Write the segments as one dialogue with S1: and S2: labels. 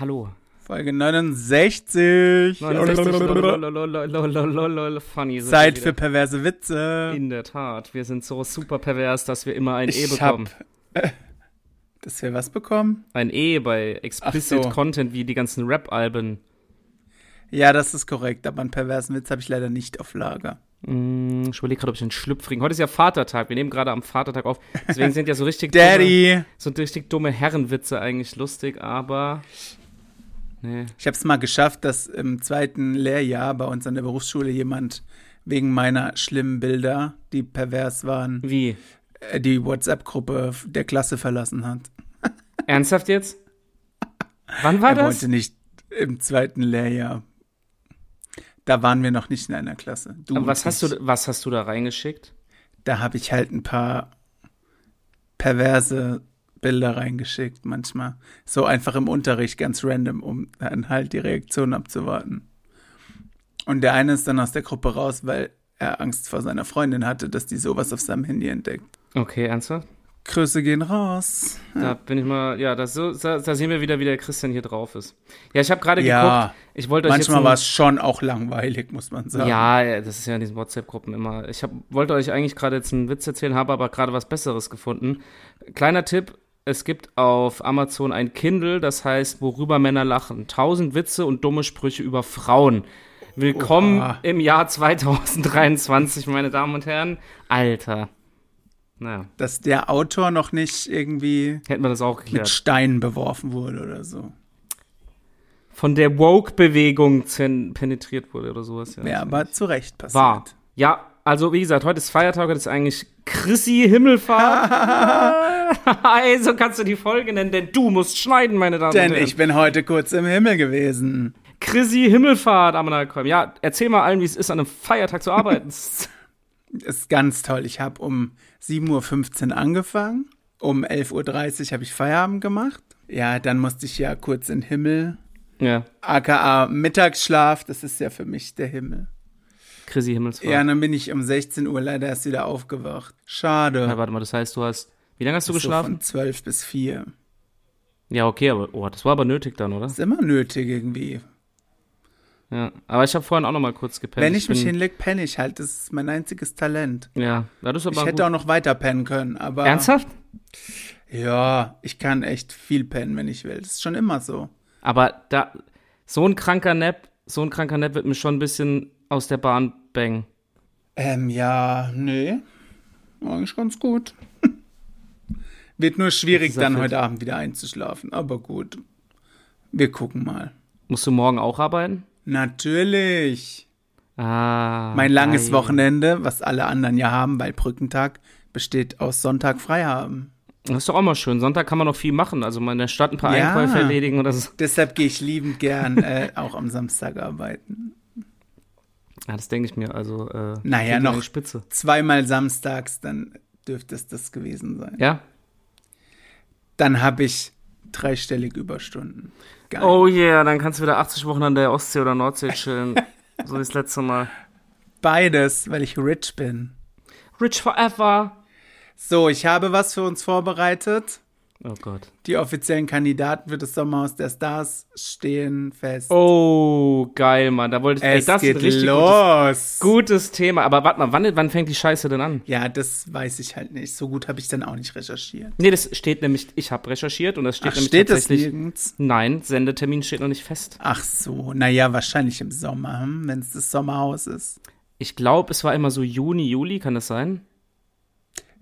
S1: Hallo.
S2: Folge 69.
S1: Funny sind
S2: Zeit
S1: wir
S2: für
S1: wieder.
S2: perverse Witze.
S1: In der Tat, wir sind so super pervers, dass wir immer ein E
S2: Ich hab,
S1: bekommen.
S2: äh, dass wir was bekommen?
S1: Ein E bei explicit
S2: Ach so.
S1: Content wie die ganzen Rap-Alben.
S2: Ja, das ist korrekt, aber einen perversen Witz habe ich leider nicht auf Lager.
S1: Hm, ich überlege gerade, ob ich einen Schlüpfring. Heute ist ja Vatertag. Wir nehmen gerade am Vatertag auf. Deswegen sind ja so richtig dumme,
S2: Daddy,
S1: so richtig dumme Herrenwitze eigentlich lustig, aber ne. nee.
S2: ich habe es mal geschafft, dass im zweiten Lehrjahr bei uns an der Berufsschule jemand wegen meiner schlimmen Bilder, die pervers waren,
S1: Wie?
S2: äh, die WhatsApp-Gruppe der Klasse verlassen hat.
S1: Ernsthaft jetzt? Wann war
S2: er
S1: das?
S2: wollte nicht im zweiten Lehrjahr. Da waren wir noch nicht in einer Klasse. Du
S1: Aber
S2: und
S1: was hast
S2: ich.
S1: du was hast du da reingeschickt?
S2: da habe ich halt ein paar perverse Bilder reingeschickt manchmal. So einfach im Unterricht, ganz random, um dann halt die Reaktion abzuwarten. Und der eine ist dann aus der Gruppe raus, weil er Angst vor seiner Freundin hatte, dass die sowas auf seinem Handy entdeckt.
S1: Okay, ernsthaft?
S2: Grüße gehen raus.
S1: Da bin ich mal, ja, das, so- da, da sehen wir wieder, wie der Christian hier drauf ist. Ja, ich habe gerade
S2: Ja,
S1: geguckt. Ich wollte euch
S2: Manchmal war
S1: jetzt
S2: es schon auch langweilig, muss man
S1: ein,
S2: sagen.
S1: Ja, ja, das ist ja in diesen WhatsApp-Gruppen immer. Ich hab, wollte euch eigentlich gerade jetzt einen Witz erzählen, habe aber gerade was Besseres gefunden. Kleiner Tipp, es gibt auf Amazon ein Kindle, das heißt, worüber Männer lachen. Tausend Witze und dumme Sprüche über Frauen. Willkommen
S2: Oha.
S1: im Jahr 2023, meine Damen und Herren. Alter. Naja,
S2: Dass der Autor noch nicht irgendwie
S1: hätten wir das auch
S2: mit
S1: geklärt.
S2: Steinen beworfen wurde oder so.
S1: Von der Woke-Bewegung zen- penetriert wurde oder sowas. Ja.
S2: Wäre aber zu Recht passiert.
S1: War. Ja, also wie gesagt, heute ist Feiertag, heute ist eigentlich Chrissy Himmelfahrt. Ey, so kannst du die Folge nennen, denn du musst schneiden, meine Damen
S2: Denn
S1: und Herren.
S2: ich bin heute kurz im Himmel gewesen.
S1: Chrissy Himmelfahrt am Anhaltkommen. Ja, erzähl mal allen, wie es ist, an einem Feiertag zu arbeiten.
S2: Ist ganz toll. Ich habe um 7.15 Uhr angefangen. Um 11.30 Uhr habe ich Feierabend gemacht. Ja, dann musste ich ja kurz in den Himmel.
S1: ja,
S2: AKA Mittagsschlaf, das ist ja für mich der Himmel.
S1: Chrissy Himmelfahrt.
S2: Ja, dann bin ich um 16 Uhr leider erst wieder aufgewacht. Schade.
S1: Na, warte mal, das heißt, du hast. Wie lange hast du
S2: So
S1: geschlafen?
S2: von 12 bis 4.
S1: Ja, okay, aber oh, das war aber nötig dann, oder?
S2: Ist immer nötig irgendwie.
S1: Ja. Aber ich habe vorhin auch noch mal kurz gepennt.
S2: Wenn ich mich
S1: bin-
S2: hinleg, penne ich halt. Das ist mein einziges Talent.
S1: Ja, das ist aber
S2: Ich
S1: ein
S2: hätte
S1: gut.
S2: auch noch weiter pennen können, aber.
S1: Ernsthaft?
S2: Ja, ich kann echt viel pennen, wenn ich will. Das ist schon immer so.
S1: Aber da, so ein kranker Nap, so ein kranker Nap wird mich schon ein bisschen aus der Bahn bangen.
S2: Ähm, ja, nee. Eigentlich ganz gut. Wird nur schwierig,
S1: Jetzt ist er
S2: dann
S1: fit.
S2: heute Abend wieder einzuschlafen. Aber gut. Wir gucken mal.
S1: Musst du morgen auch arbeiten?
S2: Natürlich.
S1: Ah.
S2: Mein langes
S1: geil.
S2: Wochenende, was alle anderen ja haben, weil Brückentag besteht aus Sonntag frei haben.
S1: Das ist doch auch mal schön. Sonntag kann man noch viel machen. Also mal in der Stadt ein paar
S2: Ja.
S1: Einkäufe erledigen oder so.
S2: Deshalb gehe ich liebend gern äh, auch am Samstag arbeiten.
S1: Ja, Ah, das denke ich mir. Also, äh,
S2: Naja,
S1: kriegen wir
S2: noch-
S1: eine Spitze.
S2: Zweimal samstags, dann dürfte es das gewesen sein.
S1: Ja?
S2: Dann habe ich dreistellig Überstunden. Geil.
S1: Oh yeah, dann kannst du wieder 80 Wochen an der Ostsee oder Nordsee chillen. so wie das letzte Mal.
S2: Beides, weil ich rich bin.
S1: Rich forever.
S2: So, ich habe was für uns vorbereitet.
S1: Oh Gott.
S2: Die offiziellen Kandidaten für das Sommerhaus der Stars stehen fest.
S1: Oh, geil, Mann. Da wollte ich.
S2: es
S1: ey, das ist ein
S2: geht
S1: richtig gutes,
S2: los.
S1: gutes Thema. Aber warte mal, wann, wann fängt die Scheiße denn an?
S2: Ja, das weiß ich halt nicht. So gut habe ich dann auch nicht recherchiert.
S1: Nee, das steht nämlich, ich habe recherchiert und das steht
S2: Ach,
S1: nämlich
S2: steht das
S1: tatsächlich.
S2: nirgends?
S1: Nein, Sendetermin steht noch nicht fest.
S2: Ach so, naja, wahrscheinlich im Sommer, hm, wenn es das Sommerhaus ist.
S1: Ich glaube, es war immer so Juni, Juli, kann das sein?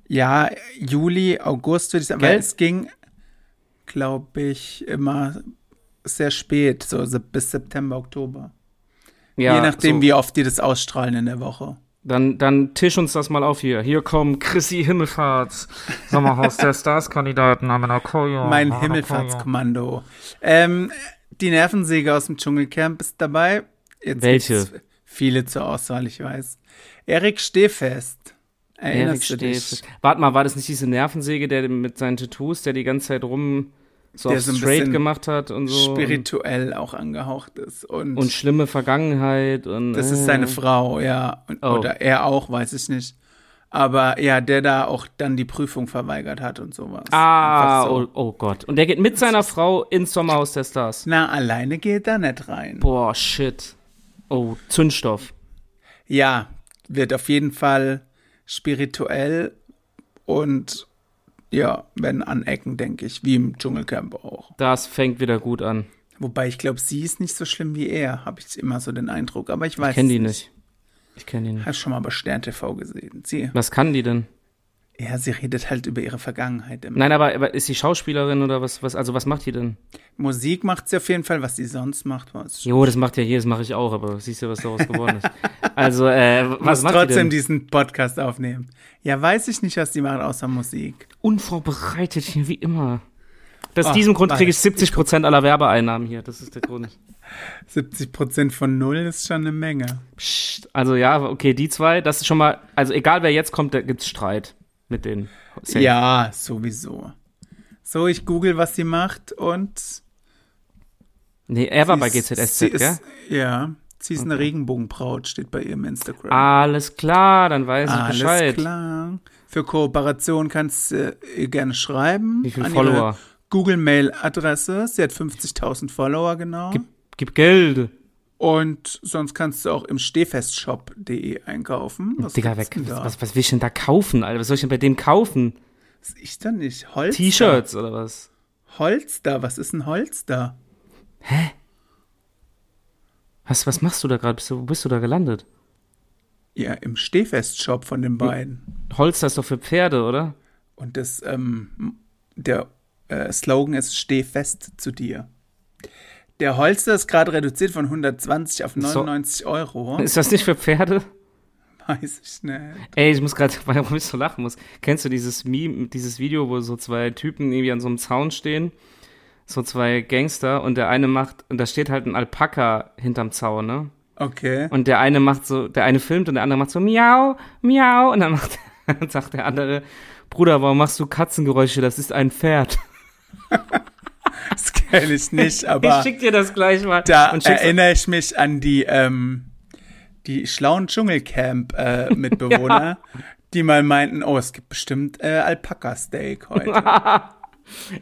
S2: Ja, Juli, August würde ich sagen, weil
S1: Gell?
S2: es ging, glaube ich, immer sehr spät, so se- bis September, Oktober.
S1: Ja,
S2: Je nachdem,
S1: so.
S2: wie oft die das ausstrahlen in der Woche.
S1: Dann, dann tisch uns das mal auf hier. Hier kommen Chrissy Himmelfahrt, Sommerhaus der Stars-Kandidaten, Amina Koyo.
S2: mein Himmelfahrtskommando. Ähm, die Nervensäge aus dem Dschungelcamp ist dabei. Jetzt
S1: Welche?
S2: gibt's Viele zur Auswahl, ich weiß. Erik Stehfest.
S1: Erik
S2: Erinnerst du dich?
S1: Stäffe. Warte mal, war das nicht diese Nervensäge, der mit seinen Tattoos, der die ganze Zeit rum so
S2: Der
S1: auf
S2: so ein
S1: straight
S2: bisschen
S1: gemacht hat und so. Und,
S2: Spirituell auch angehaucht ist. Und,
S1: oh. und schlimme Vergangenheit und.
S2: das ist
S1: äh.
S2: seine Frau, ja. Und,
S1: Oh.
S2: Oder er auch, weiß ich nicht. Aber ja, der da auch dann die Prüfung verweigert hat und sowas.
S1: Ah,
S2: Einfach so.
S1: oh, oh Gott. Und der geht mit seiner Frau ins Sommerhaus der Stars.
S2: Na, alleine geht da nicht rein.
S1: Boah, shit. Oh, Zündstoff.
S2: Ja, wird auf jeden Fall spirituell und ja, wenn anecken, denke ich, wie im Dschungelcamp auch.
S1: Das fängt wieder gut an.
S2: Wobei ich glaube, sie ist nicht so schlimm wie er, habe ich immer so den Eindruck. Aber ich
S1: Ich
S2: weiß.
S1: kenne
S2: es
S1: die nicht. Ich kenne die nicht.
S2: Hast schon mal bei Stern TV gesehen. Sie,
S1: Was kann die denn?
S2: ja, sie redet halt über ihre Vergangenheit immer.
S1: Nein, aber, aber ist sie Schauspielerin oder was, was? Also, was macht die denn?
S2: Musik macht sie auf jeden Fall, was sie sonst macht, was.
S1: Jo, das macht ja jedes, mache ich auch, aber siehst du, was daraus geworden ist. Also, äh, was
S2: Was
S1: macht die
S2: trotzdem
S1: denn?
S2: diesen Podcast aufnehmen. Ja, weiß ich nicht, was die machen außer Musik.
S1: Unvorbereitet hier, wie immer. Aus
S2: Ah,
S1: diesem Grund
S2: Mann.
S1: kriege ich 70% aller Werbeeinnahmen hier. Das ist der Grund.
S2: 70% von null ist schon eine Menge.
S1: Psst, also ja, okay, die zwei, das ist schon mal, also egal wer jetzt kommt, da gibt's Streit mit denen. Safe.
S2: Ja, sowieso. So, ich google, was sie macht und.
S1: Nee, er war bei
S2: sie ist-
S1: GZSZ,
S2: sie
S1: gell?
S2: ist, Ja, sie ist eine Regenbogenbraut, steht bei ihrem Instagram.
S1: Alles klar, dann weiß ich
S2: Alles
S1: Ah, Bescheid.
S2: klar. Für Kooperation kannst du äh, gerne schreiben.
S1: Wie viele
S2: an
S1: Follower?
S2: ihre Google-Mail-Adresse. Sie hat 50.000 Follower, genau.
S1: Gib, gib Geld.
S2: Und sonst kannst du auch im stehfestshop.de einkaufen. Was
S1: Digga,
S2: gibt's
S1: weg.
S2: denn Da?
S1: Was, was, was will ich denn da kaufen, Alter? Was soll ich denn bei dem kaufen?
S2: Was ich da nicht? Holster.
S1: T-Shirts oder was?
S2: Holster. Was ist ein Holster?
S1: Was, was machst du da gerade? Bist du, wo bist du da gelandet?
S2: Ja, im Stehfestshop von den beiden.
S1: Holster ist doch für Pferde, oder?
S2: Und das, ähm, der äh, Slogan ist Steh fest zu dir. Der Holster ist gerade reduziert von 120 auf 99 Euro.
S1: Ist das nicht für Pferde?
S2: Weiß ich nicht.
S1: Ey, ich muss gerade, warum ich so lachen muss. Kennst du dieses Meme, dieses Video, wo so zwei Typen irgendwie an so einem Zaun stehen? So zwei Gangster und der eine macht, und da steht halt ein Alpaka hinterm Zaun, ne?
S2: Okay.
S1: Und der eine macht so, der eine filmt und der andere macht so miau, miau. Und dann macht, dann sagt der andere, Bruder, warum machst du Katzengeräusche? Das ist ein Pferd.
S2: Das kenne ich nicht,
S1: Ich
S2: aber
S1: schick dir das gleich mal.
S2: da
S1: und schick's-
S2: erinnere ich mich an die, ähm, die schlauen Dschungelcamp-Mitbewohner, die mal meinten, oh, es gibt bestimmt äh, Alpaka-Steak heute.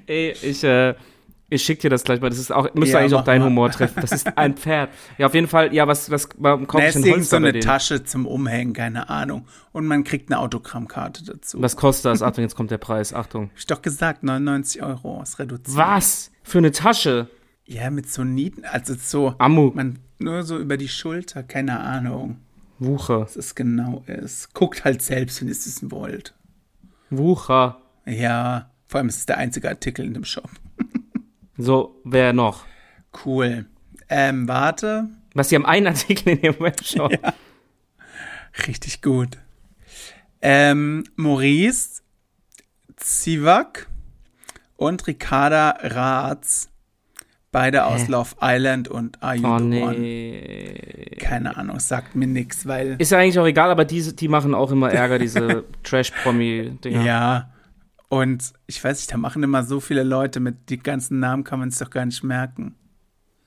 S1: Ey, ich, äh, ich schick dir das gleich mal. Das ist auch, müsste
S2: Ja,
S1: eigentlich auch
S2: mach
S1: deinen
S2: mal.
S1: Humor treffen. Das ist ein Pferd. Ja, auf jeden Fall, ja, was, was, warum kaufe
S2: Da
S1: ich
S2: ist
S1: denn
S2: irgend so
S1: Holster bei
S2: eine
S1: denen?
S2: Tasche zum Umhängen, keine Ahnung. Und man kriegt eine Autogrammkarte dazu.
S1: Was kostet das? Achtung, jetzt kommt der Preis. Achtung.
S2: Hab ich doch gesagt, 99 Euro ist reduziert.
S1: Was? Für eine Tasche?
S2: Ja, mit so Nieten, also so,
S1: Amu,
S2: man nur so über die Schulter, keine Ahnung,
S1: Wucher.
S2: was es genau ist. Guckt halt selbst, wenn ihr es wissen wollt.
S1: Wucher.
S2: Ja, vor allem ist es der einzige Artikel in dem Shop.
S1: So, wer noch?
S2: Cool. Ähm, warte.
S1: Was, sie haben einen Artikel in ihrem Webshop.
S2: Richtig gut. Ähm, Maurice Zivak und Ricarda Raatz. Beide aus Love Island und Are You
S1: Oh,
S2: the One?
S1: nee.
S2: Keine Ahnung, sagt mir nix, weil
S1: Ist ja eigentlich auch egal, aber diese, die machen auch immer Ärger, diese
S2: ja.
S1: Trash-Promi-Dinger.
S2: Und ich weiß nicht, da machen immer so viele Leute mit, die ganzen Namen kann man es doch gar nicht merken.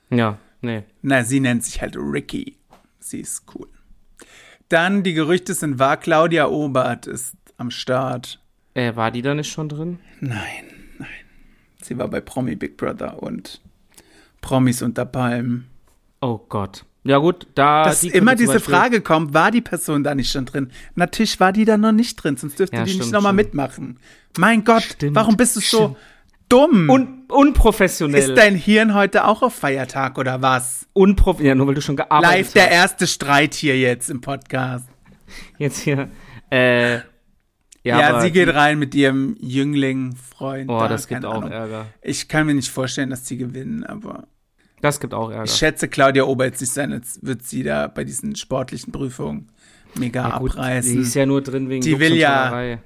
S1: ja, nee.
S2: Na, sie nennt sich halt Ricky. Sie ist cool. Dann, die Gerüchte sind wahr, Claudia Obert ist am Start.
S1: Äh, war die da nicht schon drin?
S2: Nein, nein. Sie war bei Promi Big Brother und Promis unter Palmen.
S1: Oh Gott. Ja gut, da...
S2: Dass
S1: die könnte
S2: immer
S1: zum
S2: diese
S1: Beispiel-
S2: Frage kommt, war die Person da nicht schon drin? Natürlich war die da noch nicht drin, sonst dürfte
S1: Ja,
S2: die
S1: stimmt,
S2: nicht nochmal
S1: stimmt.
S2: mitmachen. Mein Gott,
S1: Stimmt,
S2: warum bist du so
S1: stimmt.
S2: dumm?
S1: Un unprofessionell.
S2: ist dein Hirn heute auch auf Feiertag oder was?
S1: Unprof ja, nur weil du schon gearbeitet
S2: Live der erste Streit hier jetzt im Podcast.
S1: hast. Jetzt hier. Äh, ja,
S2: Ja,
S1: aber
S2: sie geht rein mit ihrem Jüngling-Freund.
S1: Oh,
S2: da,
S1: das gibt
S2: keine
S1: auch
S2: Ahnung.
S1: Ärger.
S2: Ich kann mir nicht vorstellen, dass sie gewinnen, aber
S1: Das gibt auch Ärger.
S2: ich schätze, Claudia Obert nicht sein, als wird sie da bei diesen sportlichen Prüfungen mega
S1: Ja, gut, Die
S2: abreißen,
S1: ist ja nur drin wegen
S2: Die will
S1: Jux und
S2: ja-
S1: Schlägerei.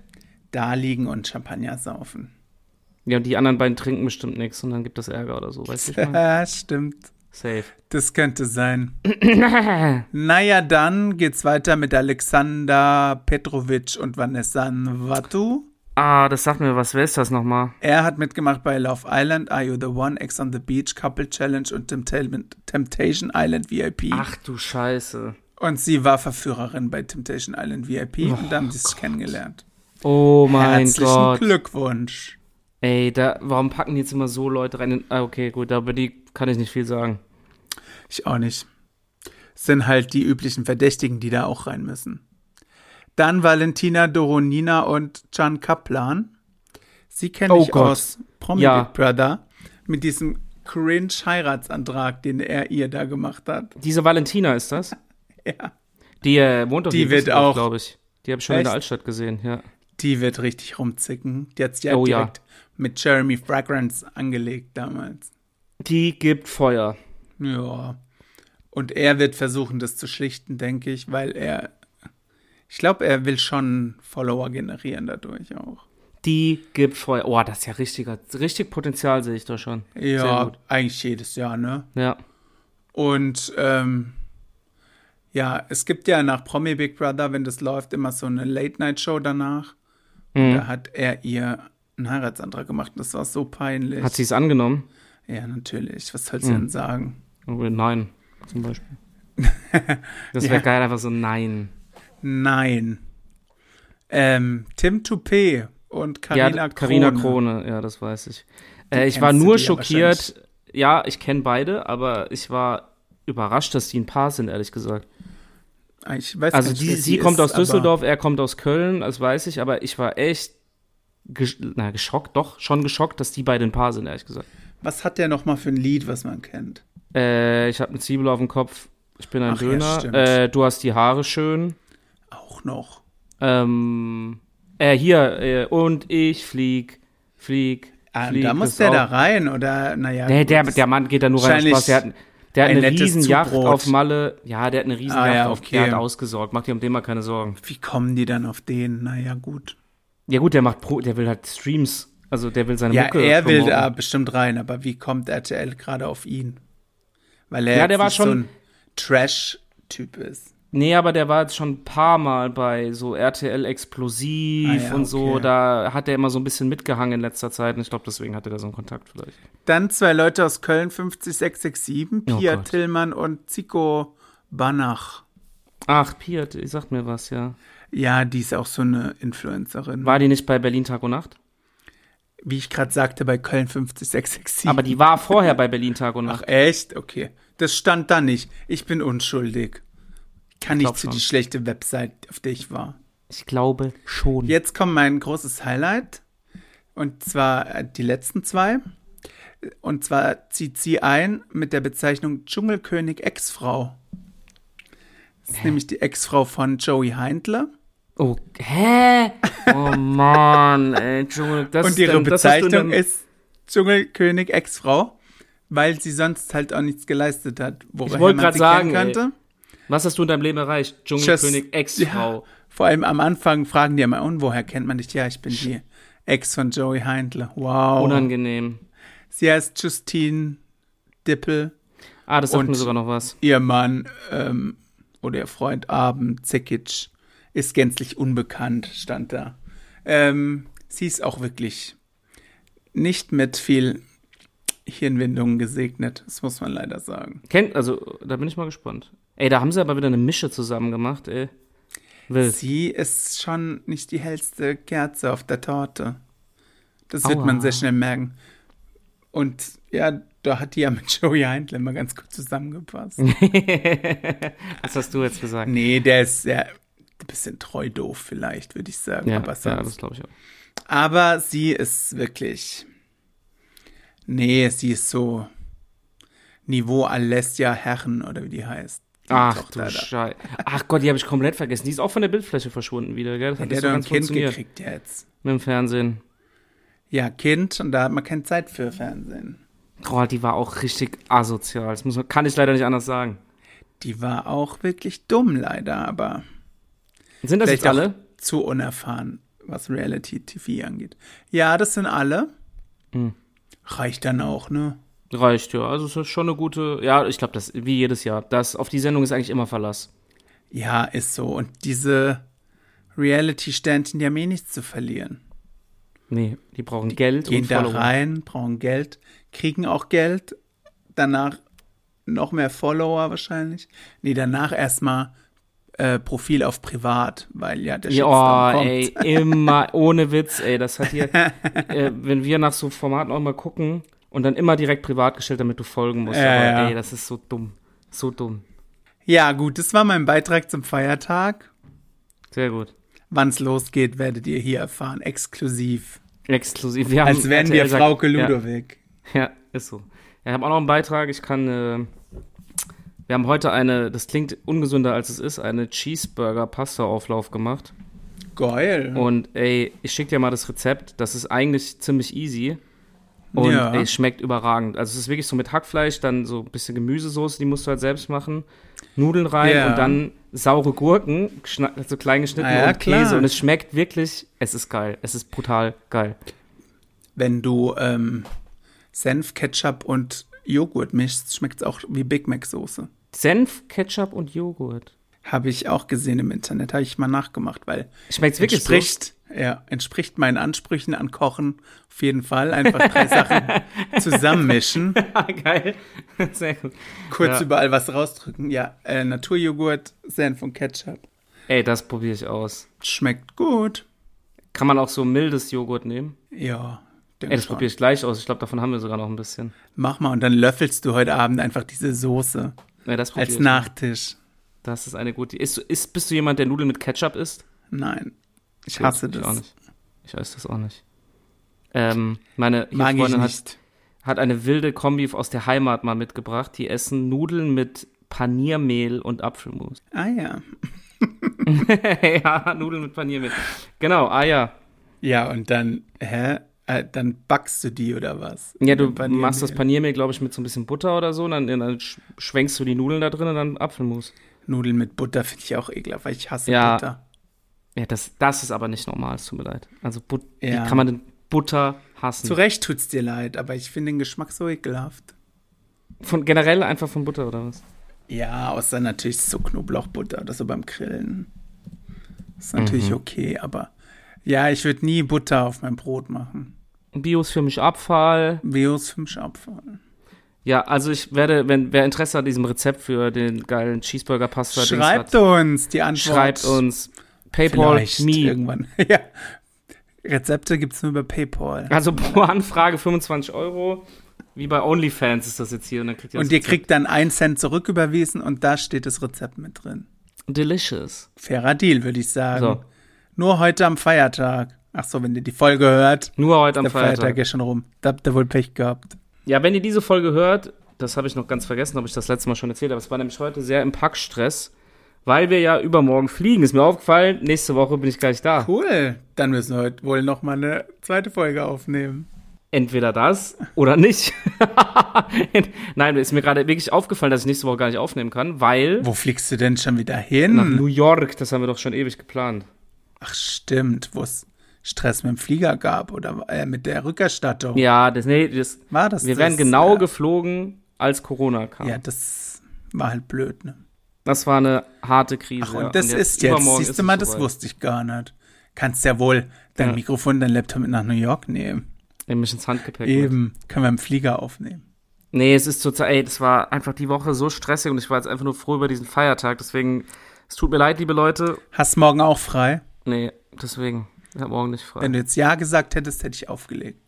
S2: da liegen und Champagner saufen.
S1: Ja, und die anderen beiden trinken bestimmt nichts und dann gibt es Ärger oder so, weißt du? ich meine?
S2: Ja, stimmt.
S1: Safe.
S2: Das könnte sein. naja, dann geht's weiter mit Alexander Petrovic und Vanessa Nvatu.
S1: Ah, das sagt mir was. Wer ist das nochmal?
S2: Er hat mitgemacht bei Love Island, Are You the One, Ex on the Beach, Couple Challenge und Temptation Temptation Island VIP.
S1: Ach du Scheiße.
S2: Und sie war Verführerin bei Temptation Island VIP und da haben sie sich kennengelernt.
S1: Oh mein
S2: Herzlichen
S1: Gott.
S2: Glückwunsch.
S1: Ey, da, warum packen die jetzt immer so Leute rein? Ah, okay, gut, aber die kann ich nicht viel sagen.
S2: Ich auch nicht. Es sind halt die üblichen Verdächtigen, die da auch rein müssen. Dann Valentina Doronina und Can Kaplan. Sie kenne
S1: Oh
S2: ich
S1: Gott.
S2: aus Promi
S1: Ja.
S2: Big Brother mit diesem cringe Heiratsantrag, den er ihr da gemacht hat.
S1: Diese Valentina ist das?
S2: Ja.
S1: Die äh, wohnt doch
S2: Die
S1: hier in
S2: wird
S1: Düsseldorf,
S2: auch-
S1: glaube ich. Die habe ich schon in der
S2: Echt?
S1: Altstadt gesehen, ja.
S2: Die wird richtig rumzicken. Die hat sich ja
S1: Oh ja.
S2: direkt mit Jeremy Fragrance angelegt damals.
S1: Die gibt Feuer.
S2: Ja. Und er wird versuchen, das zu schlichten, denke ich, weil er. Ich glaube, er will schon Follower generieren dadurch auch.
S1: Die gibt Feuer. Oh, das ist ja richtiger, richtig Potenzial sehe ich da schon. Sehr
S2: Ja,
S1: gut.
S2: eigentlich jedes Jahr, ne?
S1: Ja.
S2: Und ähm, ja, es gibt ja nach Promi Big Brother, wenn das läuft, immer so eine Late-Night-Show danach.
S1: Mhm.
S2: Da hat er ihr einen Heiratsantrag gemacht. Das war so peinlich.
S1: Hat sie Mhm. es angenommen?
S2: ja, natürlich. Was sollst du denn sagen?
S1: Oh, Nein, zum Beispiel. Das wäre
S2: Ja.
S1: geil, einfach so nein.
S2: Nein. Ähm, Tim Toupet und Karina
S1: ja,
S2: Krone.
S1: Carina Krone, ja, das weiß ich. Äh, ich
S2: kennst
S1: war
S2: du
S1: nur
S2: die ja
S1: schockiert. Ja, ich kenne beide, aber ich war überrascht, dass die ein Paar sind, ehrlich gesagt.
S2: Ah, Ich weiß
S1: Also
S2: gar nicht,
S1: die,
S2: wer
S1: sie kommt
S2: ist,
S1: aus
S2: aber
S1: Düsseldorf, er kommt aus Köln, das weiß ich, aber ich war echt gesch na, geschockt, doch, schon geschockt, dass die beiden ein Paar sind, ehrlich gesagt.
S2: Was hat der nochmal für ein Lied, was man kennt?
S1: Äh, ich habe eine Zwiebel auf dem Kopf, ich bin ein
S2: Ach ja,
S1: Döner,
S2: stimmt.
S1: äh, du hast die Haare schön,
S2: Auch noch.
S1: ähm, äh, hier, äh, und ich flieg, flieg,
S2: Ah,
S1: flieg.
S2: da muss
S1: ist
S2: der
S1: auch-
S2: da rein, oder? Naja.
S1: Nee,
S2: gut,
S1: der,
S2: das-
S1: der Mann geht da nur rein.
S2: wahrscheinlich
S1: Spaß. Der hat, der hat
S2: ein
S1: eine
S2: nettes
S1: Riesenjacht
S2: Zubrot.
S1: auf Malle. Ja, der hat eine Riesenjacht
S2: Ah, ja,
S1: auf.
S2: okay.
S1: Der hat ausgesorgt. Mach dir um den mal keine Sorgen.
S2: Wie kommen die dann auf den? Naja, gut.
S1: Ja, gut, der macht Pro, der will halt Streams. Also der will seine
S2: Ja,
S1: Mucke.
S2: er will
S1: promoten.
S2: da bestimmt rein, aber wie kommt RTL gerade auf ihn? Weil er
S1: Ja,
S2: jetzt
S1: der war
S2: nicht so
S1: schon-
S2: ein Trash-Typ ist.
S1: Nee, aber der war jetzt schon ein paar Mal bei so RTL Explosiv
S2: Ah, ja,
S1: und so.
S2: okay.
S1: Da hat er immer so ein bisschen mitgehangen in letzter Zeit. Und ich glaube, deswegen hatte er so einen Kontakt vielleicht.
S2: Dann zwei Leute aus Köln, 50667,
S1: Oh
S2: Pia
S1: Gott.
S2: Tillmann und Zico Banach.
S1: Ach, Piet, ihr sagt mir was, ja.
S2: Ja, die ist auch so eine Influencerin.
S1: War die nicht bei Berlin Tag und Nacht?
S2: Wie ich gerade sagte, bei Köln 50667.
S1: Aber die war vorher bei Berlin Tag und
S2: Ach
S1: Nacht.
S2: echt? Okay. Das stand da nicht. Ich bin unschuldig. Kann
S1: Ich
S2: nicht
S1: glaub
S2: zu
S1: schon.
S2: die schlechte Website, auf der ich war.
S1: Ich glaube schon.
S2: Jetzt kommt mein großes Highlight. Und zwar äh, die letzten zwei. Und zwar zieht sie ein mit der Bezeichnung Dschungelkönig Ex-Frau. Das ist nämlich die Ex-Frau von Joey Heindler.
S1: Oh, hä? Oh Mann, ey, Dschungel. Das
S2: Und
S1: ist
S2: ihre
S1: dann- das hast du in einem-
S2: Bezeichnung ist Dschungelkönig Ex-Frau, weil sie sonst halt auch nichts geleistet hat, woher
S1: wollt
S2: man
S1: grad
S2: sie
S1: sagen,
S2: kennen
S1: ey.
S2: könnte.
S1: Was hast du in deinem Leben erreicht?
S2: Just-
S1: Dschungelkönig, Ex-Frau.
S2: Ja, vor allem am Anfang fragen die immer, und woher kennt man dich? Ja, ich bin die Ex von Joey Heindler. Wow.
S1: Unangenehm.
S2: Sie heißt Justine Dippel.
S1: Ah, das sagt
S2: Und-
S1: mir sogar noch was.
S2: Ihr Mann ähm, oder ihr Freund Abend Zekic ist gänzlich unbekannt, stand da. Ähm, sie ist auch wirklich nicht mit viel Hirnwindungen gesegnet, das muss man leider sagen.
S1: Kennt, also, da bin ich mal gespannt. Ey, da haben sie aber wieder eine Mische zusammen gemacht, ey. Wild.
S2: Sie ist schon nicht die hellste Kerze auf der Torte. Das
S1: Aua.
S2: wird man sehr schnell merken. Und ja, da hat die ja mit Joey Heindler mal ganz gut zusammengepasst.
S1: Mhm. Was hast du jetzt gesagt?
S2: Nee, der ist sehr ein bisschen treu doof vielleicht, würde ich sagen.
S1: Ja,
S2: aber,
S1: ja,
S2: sonst.
S1: das glaube ich auch.
S2: aber sie ist wirklich. Nee, sie ist so Niveau Alessia Herren oder wie die heißt. Die
S1: Ach
S2: Tochter
S1: du
S2: da.
S1: Scheiße. Ach Gott, die habe ich komplett vergessen. Die ist auch von der Bildfläche verschwunden wieder, gell? Das hat nicht
S2: Der hat
S1: so
S2: doch ein
S1: ganz
S2: Kind
S1: funktioniert
S2: gekriegt jetzt.
S1: mit dem Fernsehen.
S2: Ja, Kind, und da hat man keine Zeit für Fernsehen.
S1: Oh, die war auch richtig asozial. Das muss man, kann ich leider nicht anders sagen.
S2: Die war auch wirklich dumm, leider, aber
S1: Sind das
S2: vielleicht
S1: jetzt alle?
S2: auch zu unerfahren, was Reality TV angeht. Ja, das sind alle.
S1: Hm.
S2: Reicht dann auch, ne?
S1: Reicht, ja. Also es ist schon eine gute, ja, ich glaube, das wie jedes Jahr. Das auf die Sendung ist eigentlich immer Verlass.
S2: Ja, ist so. Und diese Reality-Sternchen, die haben eh nichts zu verlieren.
S1: Nee, die brauchen Geld
S2: Gehen
S1: und
S2: da
S1: Follower.
S2: rein, brauchen Geld, kriegen auch Geld, danach noch mehr Follower wahrscheinlich. Nee, danach erstmal äh, Profil auf privat, weil ja der
S1: Ja,
S2: Shitstorm
S1: ey, immer ohne Witz, ey. Das hat hier, äh, wenn wir nach so Formaten auch mal gucken und dann immer direkt privat gestellt, damit du folgen musst.
S2: Ja,
S1: Aber
S2: ja.
S1: ey, das ist so dumm. So dumm.
S2: Ja, gut, das war mein Beitrag zum Feiertag.
S1: Sehr gut.
S2: Wann's losgeht, werdet ihr hier erfahren, exklusiv.
S1: Exklusiv. Wir haben
S2: Als wären wir
S1: RTL sagt-
S2: Frauke
S1: Ja.
S2: Ludowig.
S1: Ja, ist so. Ja, ich habe auch noch einen Beitrag. Ich kann. Äh, wir haben heute eine, das klingt ungesünder als es ist, eine Cheeseburger-Pasta-Auflauf gemacht.
S2: Geil.
S1: Und ey, ich schicke dir mal das Rezept. Das ist eigentlich ziemlich easy. Und
S2: Ja.
S1: ey, es schmeckt überragend. Also, es ist wirklich so mit Hackfleisch, dann so ein bisschen Gemüsesoße, die musst du halt selbst machen. Nudeln rein
S2: Ja.
S1: und dann saure Gurken, schna- so klein geschnitten
S2: Ah ja,
S1: und
S2: klar.
S1: Käse. Und es schmeckt wirklich, es ist geil. Es ist brutal geil.
S2: Wenn du ähm, Senf, Ketchup und Joghurt mischst, schmeckt's auch wie Big Mac Soße.
S1: Senf, Ketchup und Joghurt.
S2: Habe ich auch gesehen im Internet, habe ich mal nachgemacht, weil
S1: Schmeckt's wirklich so?
S2: entspricht, ja, entspricht meinen Ansprüchen an Kochen auf jeden Fall. Einfach drei Sachen zusammenmischen,
S1: Geil. Sehr gut.
S2: kurz
S1: Ja.
S2: überall was rausdrücken. Ja, äh, Naturjoghurt, Senf und Ketchup.
S1: Ey, das probiere ich aus.
S2: Schmeckt gut.
S1: Kann man auch so mildes Joghurt nehmen?
S2: Ja, denke
S1: Ey, das
S2: schon.
S1: probiere ich gleich aus. Ich glaube, davon haben wir sogar noch ein bisschen.
S2: Mach mal und dann löffelst du heute Abend einfach diese Soße
S1: Ja, das probier
S2: als
S1: ich.
S2: Nachtisch.
S1: Das ist eine gute ist, ist Bist du jemand, der Nudeln mit Ketchup isst?
S2: Nein, ich hasse
S1: Ich auch
S2: das.
S1: nicht. Ich esse das auch nicht. Ähm, meine hier
S2: Mag ich
S1: Freundin hat,
S2: nicht.
S1: hat eine wilde Kombi aus der Heimat mal mitgebracht. Die essen Nudeln mit Paniermehl und Apfelmus.
S2: Ah ja.
S1: ja, Nudeln mit Paniermehl. Genau, ah ja.
S2: Ja, und dann, hä? Äh, dann backst du die oder was?
S1: Ja, du
S2: Paniermehl.
S1: machst das Paniermehl, glaube ich, mit so ein bisschen Butter oder so. Und dann, dann sch- schwenkst du die Nudeln da drin und dann Apfelmus.
S2: Nudeln mit Butter finde ich auch ekelhaft, weil ich hasse
S1: Ja.
S2: Butter.
S1: Ja, das, das ist aber nicht normal, es tut mir leid. Also, But
S2: Ja.
S1: wie kann man denn Butter hassen?
S2: Zu Recht tut's dir leid, aber ich finde den Geschmack so ekelhaft.
S1: Von, generell einfach von Butter oder was?
S2: Ja, außer natürlich so Knoblauchbutter oder so beim Grillen. Ist natürlich
S1: Mhm.
S2: okay, aber ja, ich würde nie Butter auf mein Brot machen.
S1: Bio ist für mich Abfall.
S2: Bios 5 Abfall.
S1: Ja, also ich werde, wenn wer Interesse an diesem Rezept für den geilen Cheeseburger-Pasta
S2: Schreibt
S1: hat,
S2: uns die Antwort.
S1: schreibt uns PayPal
S2: Vielleicht
S1: me.
S2: irgendwann. ja. Rezepte gibt's nur über PayPal.
S1: Also pro Anfrage 25 Euro. Wie bei OnlyFans ist das jetzt hier. Und, dann kriegt ihr
S2: und
S1: das
S2: ihr
S1: Rezept.
S2: kriegt dann einen Cent zurücküberwiesen und da steht das Rezept mit drin.
S1: Delicious.
S2: Fairer Deal, würde ich sagen.
S1: So.
S2: Nur heute am Feiertag. Ach so, wenn ihr die Folge hört.
S1: Nur heute am
S2: Der Feiertag. ist schon rum. Da habt ihr wohl Pech gehabt.
S1: Ja, wenn ihr diese Folge hört, das habe ich noch ganz vergessen, ob ich das letzte Mal schon erzählt habe. Es war nämlich heute sehr im Packstress, weil wir ja übermorgen fliegen. Ist mir aufgefallen, nächste Woche bin ich gleich da.
S2: Cool. Dann müssen wir heute wohl noch mal eine zweite Folge aufnehmen.
S1: Entweder das oder nicht. Nein, ist mir gerade wirklich aufgefallen, dass ich nächste Woche gar nicht aufnehmen kann, weil
S2: Wo fliegst du denn schon wieder
S1: nach
S2: hin?
S1: New York, das haben wir doch schon ewig geplant.
S2: Ach stimmt, wo es Stress mit dem Flieger gab oder äh, mit der Rückerstattung.
S1: Ja, das, nee, das,
S2: War das
S1: wir
S2: das?
S1: wären genau
S2: ja.
S1: geflogen, als Corona kam.
S2: ja, das war halt blöd, ne?
S1: Das war eine harte Krise.
S2: Ach, und das
S1: jetzt
S2: ist jetzt,
S1: übermorgen
S2: siehst du
S1: es
S2: mal, das
S1: soweit.
S2: wusste ich gar nicht. Kannst ja wohl dein
S1: Ja.
S2: Mikrofon, dein Laptop mit nach New York nehmen.
S1: Nehme ich ins Handgepäck. mit.
S2: Eben, können wir im Flieger aufnehmen.
S1: Nee, es ist zurzeit, ey, das war einfach die Woche so stressig und ich war jetzt einfach nur froh über diesen Feiertag. Deswegen, es tut mir leid, liebe Leute.
S2: Hast morgen auch frei?
S1: Nee, deswegen, ich hab morgen nicht frei.
S2: Wenn du jetzt Ja gesagt hättest, hätte ich aufgelegt.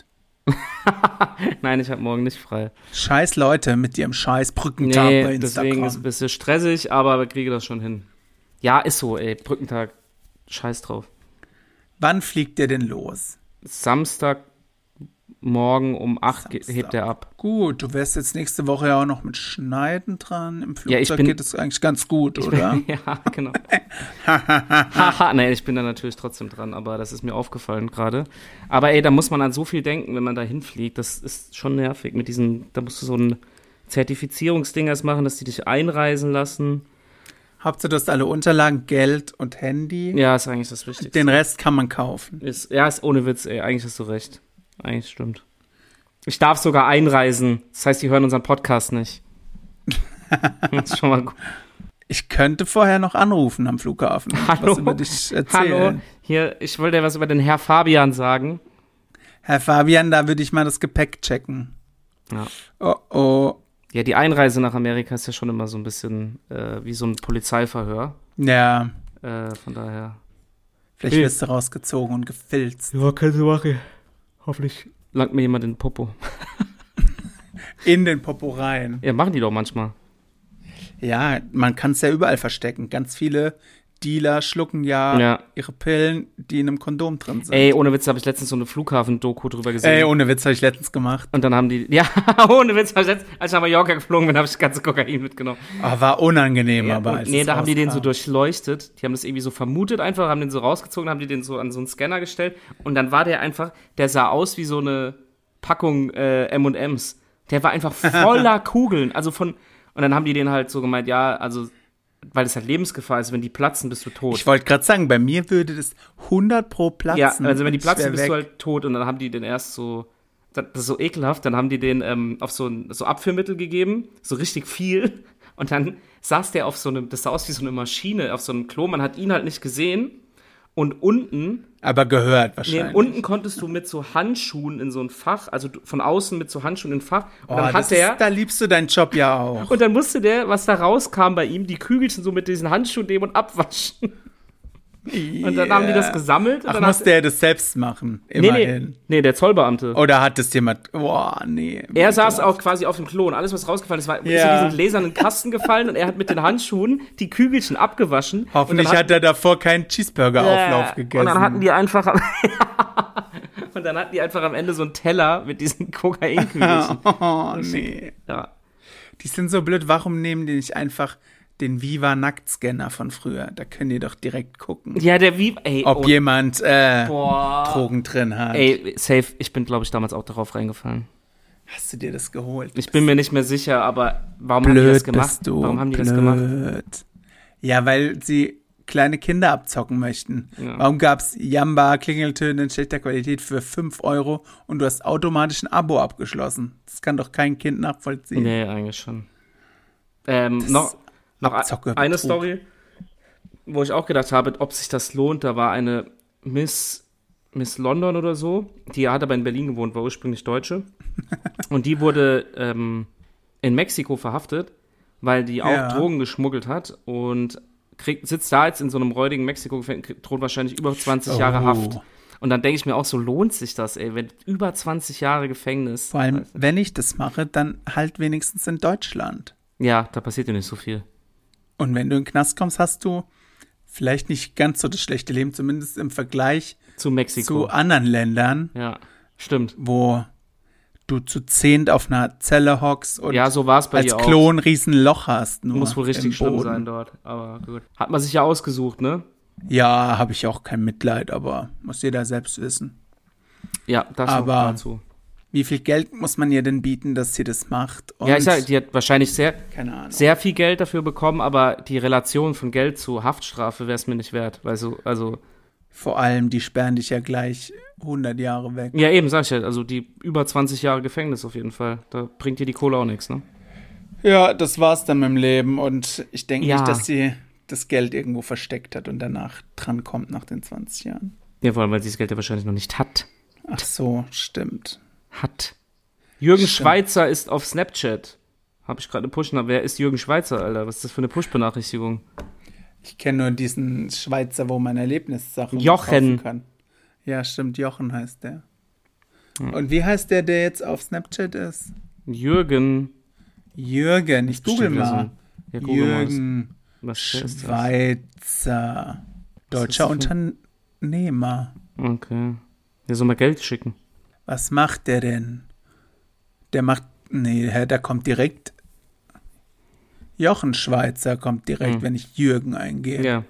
S1: Nein, ich hab morgen nicht frei.
S2: Scheiß Leute mit ihrem scheiß Brückentag bei
S1: Nee, deswegen
S2: Instagram.
S1: ist es ein bisschen stressig, aber wir kriegen das schon hin. Ja, ist so, ey, Brückentag. Scheiß drauf.
S2: Wann fliegt ihr denn los?
S1: Samstag morgen um 8 ge-
S2: Samstag.
S1: hebt er ab.
S2: Gut, du wärst jetzt nächste Woche ja auch noch mit Schneiden dran. Im
S1: Ja, ich
S2: Flugzeug
S1: bin-
S2: geht es eigentlich ganz gut, oder?
S1: ja, genau. Haha, nee, ich bin da natürlich trotzdem dran, aber das ist mir aufgefallen gerade. Aber ey, da muss man an so viel denken, wenn man da hinfliegt. Das ist schon nervig mit diesen, da musst du so ein Zertifizierungsding erst machen, dass die dich einreisen lassen.
S2: Hauptsache, du hast alle Unterlagen, Geld und Handy.
S1: Ja, ist eigentlich das Wichtigste.
S2: Den Rest kann man kaufen.
S1: Ist, ja, ist ohne Witz, ey, eigentlich hast du recht. Eigentlich stimmt. Ich darf sogar einreisen. Das heißt, die hören unseren Podcast nicht. Das ist schon mal gut.
S2: Ich könnte vorher noch anrufen am Flughafen. und
S1: Hallo?
S2: Was über dich erzählen.
S1: Hallo, hier, ich wollte dir was über den Herr Fabian sagen.
S2: Herr Fabian, da würde ich mal das Gepäck checken.
S1: Ja.
S2: Oh, oh.
S1: Ja, die Einreise nach Amerika ist ja schon immer so ein bisschen äh, wie so ein Polizeiverhör.
S2: Ja,
S1: Äh, von daher.
S2: vielleicht
S1: Hm.
S2: wirst du rausgezogen und gefilzt.
S1: Ja, keine Sache. Hoffentlich. Langt mir jemand in den Popo.
S2: In den Popo rein.
S1: Ja, machen die doch manchmal.
S2: Ja, man kann es ja überall verstecken. Ganz viele Dealer schlucken ja,
S1: Ja.
S2: ihre Pillen, die in einem Kondom drin sind.
S1: Ey, ohne Witz, da habe ich letztens so eine Flughafen-Doku drüber gesehen.
S2: Ey, ohne Witz habe ich letztens gemacht.
S1: und dann haben die, ja, ohne Witz, hab ich letztens, als ich nach Mallorca geflogen bin, habe ich das ganze Kokain mitgenommen.
S2: Ah, war unangenehm,
S1: Ja,
S2: aber.
S1: und,
S2: als
S1: nee,
S2: es
S1: da haben die den so
S2: rauskam.
S1: durchleuchtet. Die haben das irgendwie so vermutet einfach, haben den so rausgezogen, haben die den so an so einen Scanner gestellt. Und dann war der einfach, der sah aus wie so eine Packung äh, M&M's. Der war einfach voller Kugeln. Also von, und dann haben die den halt so gemeint, ja, also, weil es halt Lebensgefahr ist, wenn die platzen, bist du tot.
S2: Ich wollte gerade sagen, bei mir würde das 100 pro platzen.
S1: Ja, also wenn die
S2: Ich wär
S1: platzen, bist
S2: weg.
S1: du halt tot und dann haben die den erst so, das das ist so ekelhaft, dann haben die den ähm, auf so ein so Abführmittel gegeben, so richtig viel und dann saß der auf so einem, das sah aus wie so eine Maschine auf so einem Klo, man hat ihn halt nicht gesehen und unten,
S2: Aber gehört
S1: nee,
S2: wahrscheinlich.
S1: unten konntest du mit so Handschuhen in so ein Fach, also du- von außen mit so Handschuhen in ein Fach und
S2: oh,
S1: dann hat
S2: das
S1: der
S2: ist, da liebst du deinen Job ja auch.
S1: und dann musste der, was da rauskam bei ihm, die Kügelchen so mit diesen Handschuhen nehmen und abwaschen. Und dann haben die das gesammelt. Und
S2: Ach,
S1: dann hat-
S2: musste er das selbst machen,
S1: nee,
S2: immerhin.
S1: nee, nee, der Zollbeamte.
S2: Oder hat das jemand. Boah, nee.
S1: Er saß auch quasi auf dem Klo und alles, was rausgefallen ist, war ist
S2: Ja.
S1: in diesen gläsernen Kasten gefallen und er hat mit den Handschuhen die Kügelchen abgewaschen.
S2: Hoffentlich
S1: und dann
S2: hat er davor keinen Cheeseburger-Auflauf
S1: Äh,
S2: gegessen.
S1: Und dann hatten die einfach am, und dann hatten die einfach am Ende so einen Teller mit diesen Kokainkügelchen.
S2: oh, nee.
S1: ja.
S2: Die sind so blöd, warum nehmen die nicht einfach den Viva-Nacktscanner von früher? Da können die doch direkt gucken,
S1: ja, der wie ey,
S2: ob
S1: oh,
S2: jemand äh,
S1: boah.
S2: Drogen drin hat.
S1: Ey, safe, ich bin glaube ich damals auch darauf reingefallen.
S2: Hast du dir das geholt?
S1: Ich bin mir nicht mehr sicher, aber warum haben die das
S2: blöd
S1: gemacht?
S2: bist du.
S1: warum haben die
S2: blöd.
S1: das gemacht?
S2: Ja, weil sie kleine Kinder abzocken möchten.
S1: Ja.
S2: Warum gab's Jamba Klingeltöne in schlechter Qualität für 5 Euro und du hast automatisch ein Abo abgeschlossen? Das kann doch kein Kind nachvollziehen.
S1: Nee, eigentlich schon. Ähm, noch noch e-,
S2: Abzocke,
S1: eine
S2: Betrug.
S1: Story, wo ich auch gedacht habe, ob sich das lohnt. Da war eine Miss, Miss London oder so, die hat aber in Berlin gewohnt, war ursprünglich Deutsche. Und die wurde ähm, in Mexiko verhaftet, weil die auch
S2: Ja.
S1: Drogen geschmuggelt hat und kriegt, sitzt da jetzt in so einem räudigen Mexiko-Gefängnis, kriegt- droht wahrscheinlich über 20 Jahre
S2: Oh.
S1: Haft. Und dann denke ich mir auch so, lohnt sich das, ey, wenn über 20 Jahre Gefängnis.
S2: Vor allem, wenn ich das mache, dann halt wenigstens in Deutschland.
S1: Ja, da passiert ja nicht so viel.
S2: Und wenn du in den Knast kommst, hast du vielleicht nicht ganz so das schlechte Leben, zumindest im Vergleich
S1: Zu Mexiko.
S2: zu anderen Ländern,
S1: ja, stimmt.
S2: wo du zu zehnt auf einer Zelle hockst und
S1: ja, so war es bei
S2: als
S1: dir auch.
S2: Klon ein Riesenloch hast. Nur
S1: Muss wohl
S2: im
S1: richtig schlimm
S2: Boden.
S1: sein dort. Aber gut. Hat man sich ja ausgesucht, ne?
S2: Ja, habe ich auch kein Mitleid, aber muss jeder selbst wissen.
S1: Ja, das noch
S2: Aber-
S1: dazu.
S2: Wie viel Geld muss man ihr denn bieten, dass sie das macht? Und
S1: Ja, ich sag, die hat wahrscheinlich sehr,
S2: keine Ahnung.
S1: sehr viel Geld dafür bekommen, aber die Relation von Geld zu Haftstrafe wäre es mir nicht wert. Weißt du, also,
S2: Vor allem, die sperren dich ja gleich 100 Jahre weg.
S1: ja, eben, sag ich ja, also die über 20 Jahre Gefängnis auf jeden Fall. Da bringt dir die Kohle auch nichts, ne?
S2: Ja, das war's dann mit dem Leben und ich denke
S1: Ja.
S2: nicht, dass sie das Geld irgendwo versteckt hat und danach dran kommt nach den 20 Jahren.
S1: Ja, vor allem, weil sie das Geld ja wahrscheinlich noch nicht hat.
S2: Ach so, stimmt.
S1: Hat. Jürgen
S2: Stimmt.
S1: Schweizer ist auf Snapchat. Habe ich gerade eine Push, wer ist Jürgen Schweizer, Alter? Was ist das für eine Push-Benachrichtigung?
S2: Ich kenne nur diesen Schweizer, wo man Erlebnissachen
S1: Jochen.
S2: kaufen kann. Ja, stimmt, Jochen heißt der.
S1: Hm.
S2: Und wie heißt der, der jetzt auf Snapchat ist?
S1: Jürgen.
S2: Jürgen, ich google
S1: Bestimmt wieder So
S2: mal.
S1: ein- ja, google mal.
S2: Jürgen
S1: Was, was ist das?
S2: Schweizer. Deutscher
S1: ist das
S2: Unternehmer.
S1: Okay. Der soll mal Geld schicken.
S2: Was macht der denn? Der macht. Nee, hä, da kommt direkt. Jochen Schweizer kommt direkt,
S1: Hm.
S2: wenn ich Jürgen eingebe.
S1: Ja.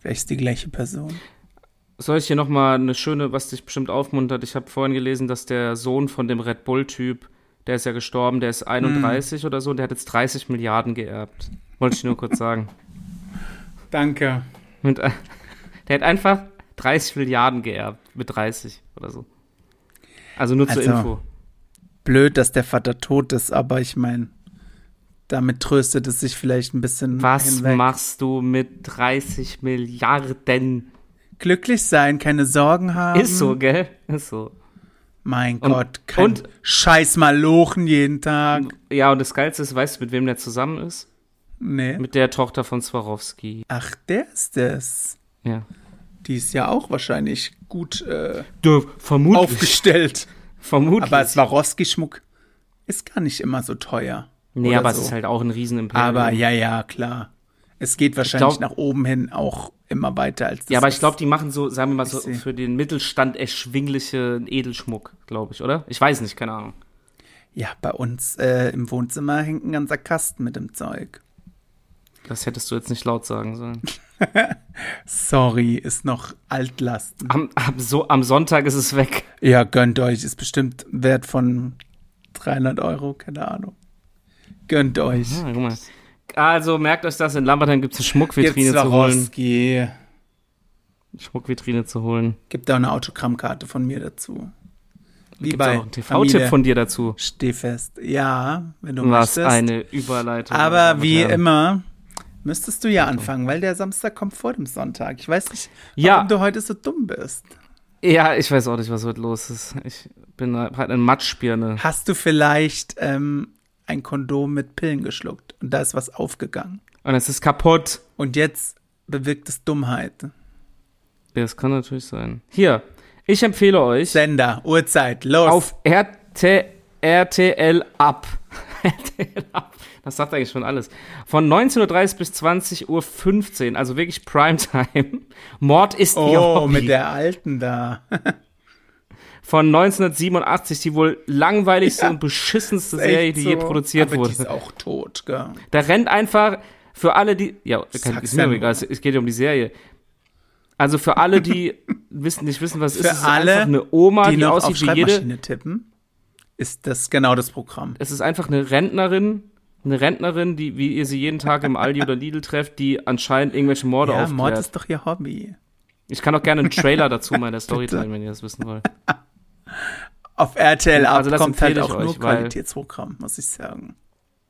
S2: Vielleicht ist die gleiche Person.
S1: Soll ich hier nochmal eine schöne, was dich bestimmt aufmuntert? Ich habe vorhin gelesen, dass der Sohn von dem Red Bull-Typ, der ist ja gestorben, der ist 31
S2: Hm.
S1: oder so und der hat jetzt 30 Milliarden geerbt. Wollte ich nur kurz sagen.
S2: Danke.
S1: Und, äh, der hat einfach 30 Milliarden geerbt. Mit 30 oder so. Also nur zur
S2: Also,
S1: Info.
S2: Blöd, dass der Vater tot ist, aber ich meine, damit tröstet es sich vielleicht ein bisschen.
S1: Was
S2: hinweg.
S1: machst du mit 30 Milliarden?
S2: Glücklich sein, keine Sorgen haben.
S1: Ist so, gell? Ist so.
S2: Mein
S1: Und-
S2: Gott, kein
S1: und-
S2: scheiß Malochen jeden Tag.
S1: Ja, und das Geilste ist, weißt du, mit wem der zusammen ist?
S2: Nee.
S1: Mit der Tochter von Swarovski.
S2: Ach, der ist es.
S1: Ja.
S2: Die ist ja auch wahrscheinlich gut äh,
S1: vermutlich.
S2: aufgestellt.
S1: vermutlich.
S2: Aber Swarovski-Schmuck ist gar nicht immer so teuer.
S1: nee,
S2: Oder
S1: aber
S2: so.
S1: es ist halt auch ein Riesenimperium.
S2: Aber ja, ja, klar. Es geht wahrscheinlich
S1: glaub-
S2: nach oben hin auch immer weiter als das.
S1: ja, aber ich
S2: was-
S1: glaube, die machen so, sagen wir mal so,
S2: Ich seh.
S1: für den Mittelstand erschwingliche Edelschmuck, glaube ich, oder? Ich weiß nicht, keine Ahnung.
S2: Ja, bei uns äh, im Wohnzimmer hängt ein ganzer Kasten mit dem Zeug.
S1: Das hättest du jetzt nicht laut sagen sollen.
S2: Sorry, ist noch Altlasten.
S1: Am, am, so, am Sonntag ist es weg.
S2: Ja, gönnt euch. Ist bestimmt wert von 300 Euro, keine Ahnung. Gönnt euch.
S1: Ah, guck mal. Also merkt euch das, in Lambertheim gibt es eine
S2: Jetzt
S1: Schmuckvitrine zu holen.
S2: Swarovski.
S1: Schmuckvitrine zu holen.
S2: Gibt da eine Autogrammkarte von mir dazu. Wie
S1: Gibt auch
S2: bei
S1: einen TV-Tipp von dir dazu.
S2: Steh fest. Ja, wenn du
S1: Was
S2: möchtest.
S1: eine Überleitung. meine Damen
S2: Aber
S1: und
S2: wie
S1: Herren.
S2: immer müsstest du ja anfangen, weil der Samstag kommt vor dem Sonntag. Ich weiß nicht, warum
S1: Ja.
S2: du heute so dumm bist.
S1: Ja, ich weiß auch nicht, was heute los ist. Ich bin halt eine Matschbirne.
S2: Hast du vielleicht ähm, ein Kondom mit Pillen geschluckt und da ist was aufgegangen?
S1: Und es ist kaputt.
S2: Und jetzt bewirkt es Dummheit.
S1: Ja, das kann natürlich sein. Hier, ich empfehle euch
S2: Sender, Uhrzeit, los.
S1: auf RT, RTL ab. RTL ab. Das sagt eigentlich schon alles. Von 19.30 bis 20.15 Uhr, also wirklich Primetime. Mord ist ihr
S2: oh,
S1: Hobby.
S2: mit der Alten da.
S1: von 1987, die wohl langweiligste
S2: Ja,
S1: und beschissenste
S2: Ist echt
S1: Serie, die je
S2: so.
S1: produziert
S2: Aber
S1: wurde.
S2: Die ist auch tot, gell?
S1: Da rennt einfach für alle, die. Ja, kein,
S2: Sag's
S1: ist mir
S2: ja
S1: doch egal, es es geht ja um die Serie. Also für alle, die wissen, nicht wissen, was es
S2: Für
S1: ist, es ist
S2: alle,
S1: einfach eine Oma,
S2: Die,
S1: die,
S2: noch auf
S1: aussieht wie
S2: Schreibmaschine
S1: jede.
S2: tippen. Ist das genau das Programm?
S1: Es ist einfach eine Rentnerin, eine Rentnerin, die, wie ihr sie jeden Tag im Aldi oder Lidl trefft, die anscheinend irgendwelche Morde
S2: Ja,
S1: aufklärt.
S2: Mord ist doch ihr Hobby.
S1: ich kann auch gerne einen Trailer dazu meiner Story teilen, wenn ihr das wissen wollt.
S2: Auf RTL ab
S1: Also das
S2: kommt halt
S1: empfehle ich
S2: auch
S1: euch,
S2: nur
S1: weil-
S2: Qualitätsprogramm, muss ich sagen.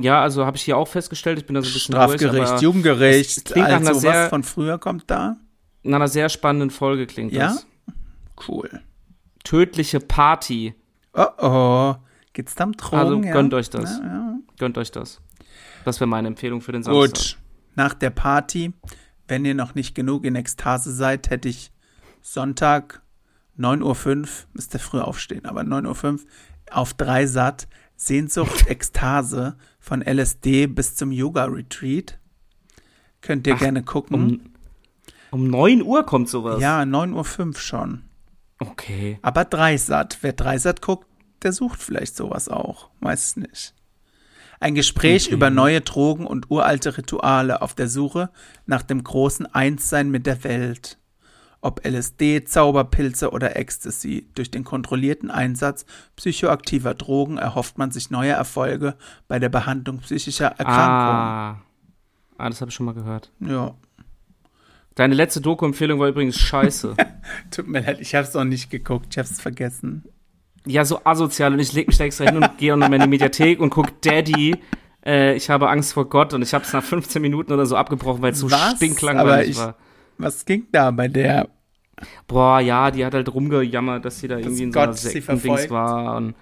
S1: Ja, also habe ich hier auch festgestellt, ich bin da so ein bisschen durch,
S2: Strafgericht,
S1: aber es
S2: Jugendgericht,
S1: klingt nach einer
S2: also was
S1: sehr-
S2: von früher kommt da.
S1: nach einer sehr spannenden Folge klingt
S2: Ja?
S1: das.
S2: Cool.
S1: Tödliche Party.
S2: Oh oh. Geht's da um Drogen?
S1: Also
S2: ja?
S1: gönnt euch das.
S2: Ja, ja.
S1: Gönnt euch das. Das wäre meine Empfehlung für den Samstag.
S2: Gut. Nach der Party, wenn ihr noch nicht genug in Ekstase seid, hätte ich Sonntag 9.05 Uhr, müsst ihr früh aufstehen, aber 9.05 Uhr auf drei satt, Sehnsucht, Ekstase von LSD bis zum Yoga-Retreat. Könnt ihr gerne gucken.
S1: Um, um 9 Uhr kommt sowas.
S2: Ja, 9.05 Uhr schon.
S1: Okay.
S2: Aber Dreisat, wer Dreisat guckt, der sucht vielleicht sowas auch. Weiß nicht. Ein Gespräch über neue Drogen und uralte Rituale auf der Suche nach dem großen Einssein mit der Welt. Ob LSD, Zauberpilze oder Ecstasy. Durch den kontrollierten Einsatz psychoaktiver Drogen erhofft man sich neue Erfolge bei der Behandlung psychischer Erkrankungen.
S1: Ah. ah, das habe ich schon mal gehört.
S2: Ja,
S1: Deine letzte Doku-Empfehlung war übrigens scheiße.
S2: tut mir leid, ich hab's noch nicht geguckt, ich hab's vergessen.
S1: ja, so asozial und ich leg mich da extra hin und gehe noch mal in die Mediathek und guck Daddy. Äh, ich habe Angst vor Gott und ich habe es nach 15 Minuten oder so abgebrochen, weil es so
S2: Was? Aber
S1: stinklangweilig
S2: ich-
S1: war.
S2: Was ging da bei der?
S1: Boah, ja, die hat halt rumgejammert, dass sie da irgendwie in so einer
S2: Gott sie
S1: Sektendings
S2: verfolgt.
S1: war und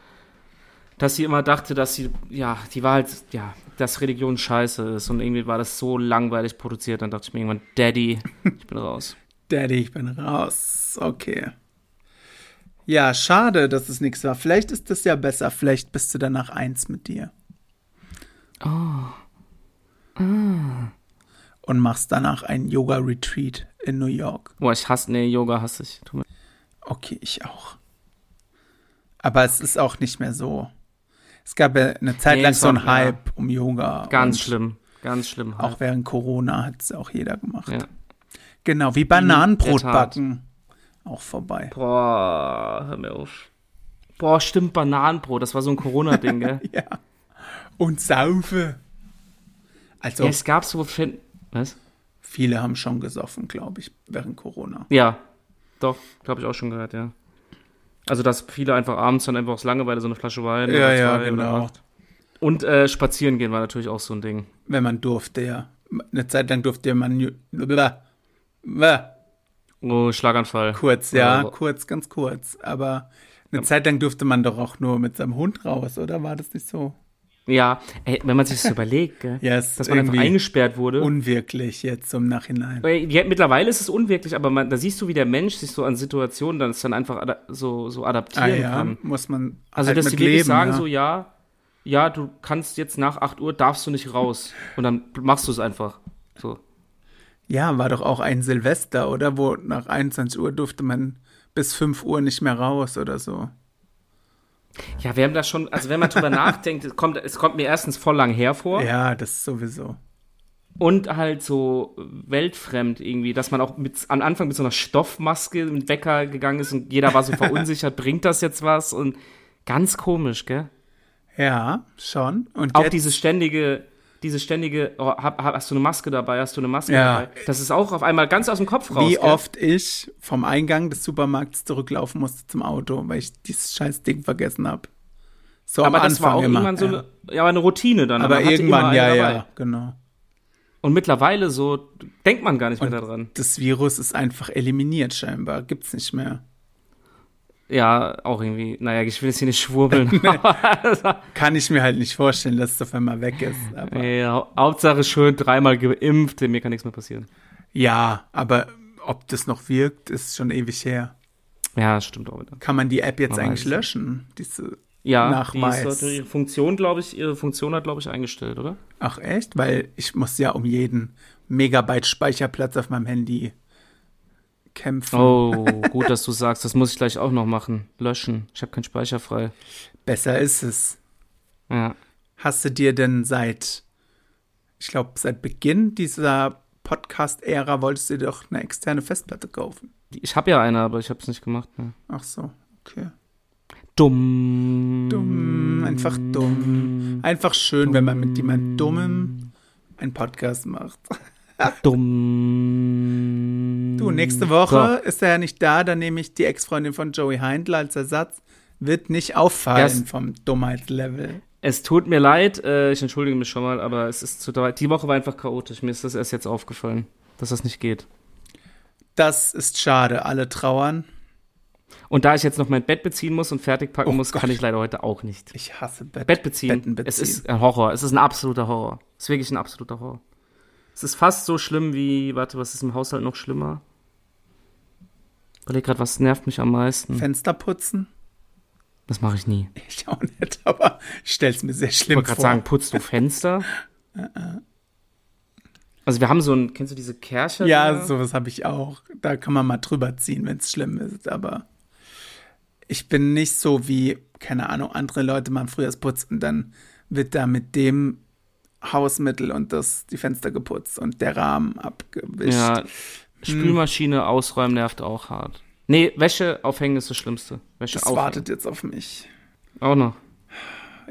S1: dass sie immer dachte, dass sie, ja, die war halt, ja, dass Religion scheiße ist und irgendwie war das so langweilig produziert, dann dachte ich mir irgendwann, Daddy, ich bin raus.
S2: Daddy, ich bin raus. Okay. Ja, schade, dass es nichts war. Vielleicht ist das ja besser. Vielleicht bist du danach eins mit dir.
S1: Ah.
S2: Oh. Und machst danach einen Yoga-Retreat in New York.
S1: Boah, ich hasse, nee, Yoga hasse ich. Tut mir-
S2: Okay, ich auch. Aber es ist auch nicht mehr so. Es gab ja eine Zeit
S1: Nee,
S2: lang
S1: es
S2: so
S1: war-
S2: einen Hype um Yoga.
S1: Ganz
S2: und
S1: schlimm, ganz schlimm. halt.
S2: Auch während Corona hat es auch jeder gemacht.
S1: Ja.
S2: Genau, wie Bananenbrot
S1: der Tat.
S2: backen. Auch vorbei.
S1: Boah, hör mir auf. Boah, stimmt, Bananenbrot, das war so ein Corona-Ding, gell?
S2: Ja. Und saufe. Also,
S1: Ja, es gab so, Fin- was?
S2: viele haben schon gesoffen, glaube ich, während Corona.
S1: Ja, doch, habe ich auch schon gehört, ja. Also, dass viele einfach abends dann einfach aus Langeweile so eine Flasche Wein oder zwei oder
S2: genau.
S1: acht. Und äh, spazieren gehen war natürlich auch so ein Ding.
S2: Wenn man durfte, ja. Eine Zeit lang durfte man. ju- Blah, blah,
S1: Oh, Schlaganfall.
S2: kurz, ja,
S1: Also-
S2: kurz, ganz kurz. Aber Eine Zeit lang durfte man doch auch nur mit seinem Hund raus, oder war das nicht so?
S1: Ja, ey, wenn man sich das überlegt, gell?
S2: Ja, es ist
S1: dass man einfach
S2: irgendwie
S1: eingesperrt wurde.
S2: Unwirklich jetzt im Nachhinein.
S1: Weil, ja, mittlerweile ist es unwirklich, aber man, da siehst du, wie der Mensch sich so an Situationen dann, dann einfach ada so, so adaptieren
S2: Ah ja,
S1: kann.
S2: muss man
S1: Also,
S2: halt
S1: dass
S2: mit
S1: die wirklich
S2: leben,
S1: sagen,
S2: ja.
S1: so, ja, ja, du kannst jetzt nach 8 Uhr, darfst du nicht raus. Und dann machst du es einfach. So.
S2: Ja, war doch auch ein Silvester, oder? Wo nach 21 Uhr durfte man bis 5 Uhr nicht mehr raus oder so.
S1: Ja, wir haben da schon, also wenn man drüber nachdenkt, es kommt, es kommt mir erstens voll lang hervor
S2: Ja, das sowieso.
S1: und halt so weltfremd irgendwie, dass man auch mit, am Anfang mit so einer Stoffmaske in den Bäcker gegangen ist und jeder war so verunsichert, bringt das jetzt was? Und ganz komisch, gell?
S2: Ja, schon. Und
S1: Auch
S2: jetzt,
S1: dieses ständige, dieses ständige, oh, hab, hab, hast du eine Maske dabei, hast du eine Maske
S2: Ja.
S1: dabei? Das ist auch auf einmal ganz aus dem Kopf raus.
S2: wie
S1: gell?
S2: oft ich vom Eingang des Supermarkts zurücklaufen musste zum Auto, weil ich dieses scheiß Ding vergessen habe. So
S1: Aber
S2: am
S1: das
S2: Anfang
S1: war auch
S2: immer.
S1: irgendwann so
S2: ja.
S1: eine, ja, aber eine Routine dann.
S2: Aber
S1: Man hatte immer
S2: irgendwann,
S1: eine
S2: ja,
S1: dabei.
S2: ja, genau.
S1: Und mittlerweile so denkt man gar nicht mehr daran.
S2: Das Virus ist einfach eliminiert scheinbar, gibt's nicht mehr.
S1: Ja, auch irgendwie, naja, ich will jetzt hier nicht schwurbeln.
S2: Kann ich mir halt nicht vorstellen, dass es auf einmal weg ist. Aber
S1: ja, Hau- Hauptsache schön dreimal geimpft, mir kann nichts mehr passieren.
S2: ja, aber ob das noch wirkt, ist schon ewig her.
S1: Ja, stimmt auch wieder.
S2: Kann man die App jetzt
S1: Man
S2: eigentlich
S1: weiß es.
S2: löschen? Diese,
S1: Ja,
S2: Nachweis.
S1: die ist, ihre Funktion, glaube ich, ihre Funktion hat, glaube ich, eingestellt, oder?
S2: ach echt? Weil ich muss ja um jeden Megabyte Speicherplatz auf meinem Handy kämpfen.
S1: Oh, gut, dass du sagst, das muss ich gleich auch noch machen. Löschen. Ich habe keinen Speicher frei.
S2: Besser ist es.
S1: Ja.
S2: Hast du dir denn seit, ich glaube, seit Beginn dieser Podcast-Ära wolltest du dir doch eine externe Festplatte kaufen?
S1: Ich habe ja eine, aber ich habe es nicht gemacht. Ne?
S2: Ach so, okay.
S1: Dumm.
S2: Dumm, einfach
S1: Mm.
S2: dumm. Einfach schön, wenn man mit jemand Dummem einen Podcast macht.
S1: Dumm.
S2: Du, nächste Woche ist er ja nicht da, dann nehme ich die Ex-Freundin von Joey Heindl als Ersatz. Wird nicht auffallen
S1: Erst-
S2: vom Dummheitslevel.
S1: Es tut mir leid, äh, ich entschuldige mich schon mal, aber es ist zu weit. Die Woche war einfach chaotisch. Mir ist das erst jetzt aufgefallen, dass das nicht geht.
S2: Das ist schade, alle trauern.
S1: Und da ich jetzt noch mein Bett beziehen muss und fertig packen
S2: Oh
S1: muss,
S2: Gott.
S1: kann ich leider heute auch nicht.
S2: Ich hasse Bett.
S1: Bett beziehen.
S2: Betten beziehen.
S1: Es ist ein Horror. Es ist ein absoluter Horror. Es ist wirklich ein absoluter Horror. Es ist fast so schlimm wie, warte, was ist im Haushalt noch schlimmer? Überleg gerade, was nervt mich am meisten?
S2: Fenster putzen?
S1: Das mache ich nie.
S2: Ich auch nicht, aber ich stell's mir sehr
S1: Ich
S2: schlimm
S1: wollte
S2: vor.
S1: gerade sagen, putzt du Fenster?
S2: Äh,
S1: also wir haben so ein, kennst du diese Kercher?
S2: ja,
S1: da?
S2: sowas habe ich auch. Da kann man mal drüber ziehen, wenn es schlimm ist, aber ich bin nicht so wie, keine Ahnung, andere Leute machen Frühjahrsputz und dann wird da mit dem Hausmittel und das die Fenster geputzt und der Rahmen abgewischt.
S1: Ja,
S2: Hm.
S1: Spülmaschine ausräumen nervt auch hart. Nee, Wäsche aufhängen ist das Schlimmste. Wäsche
S2: Das
S1: aufhängen.
S2: wartet jetzt auf mich.
S1: Auch noch.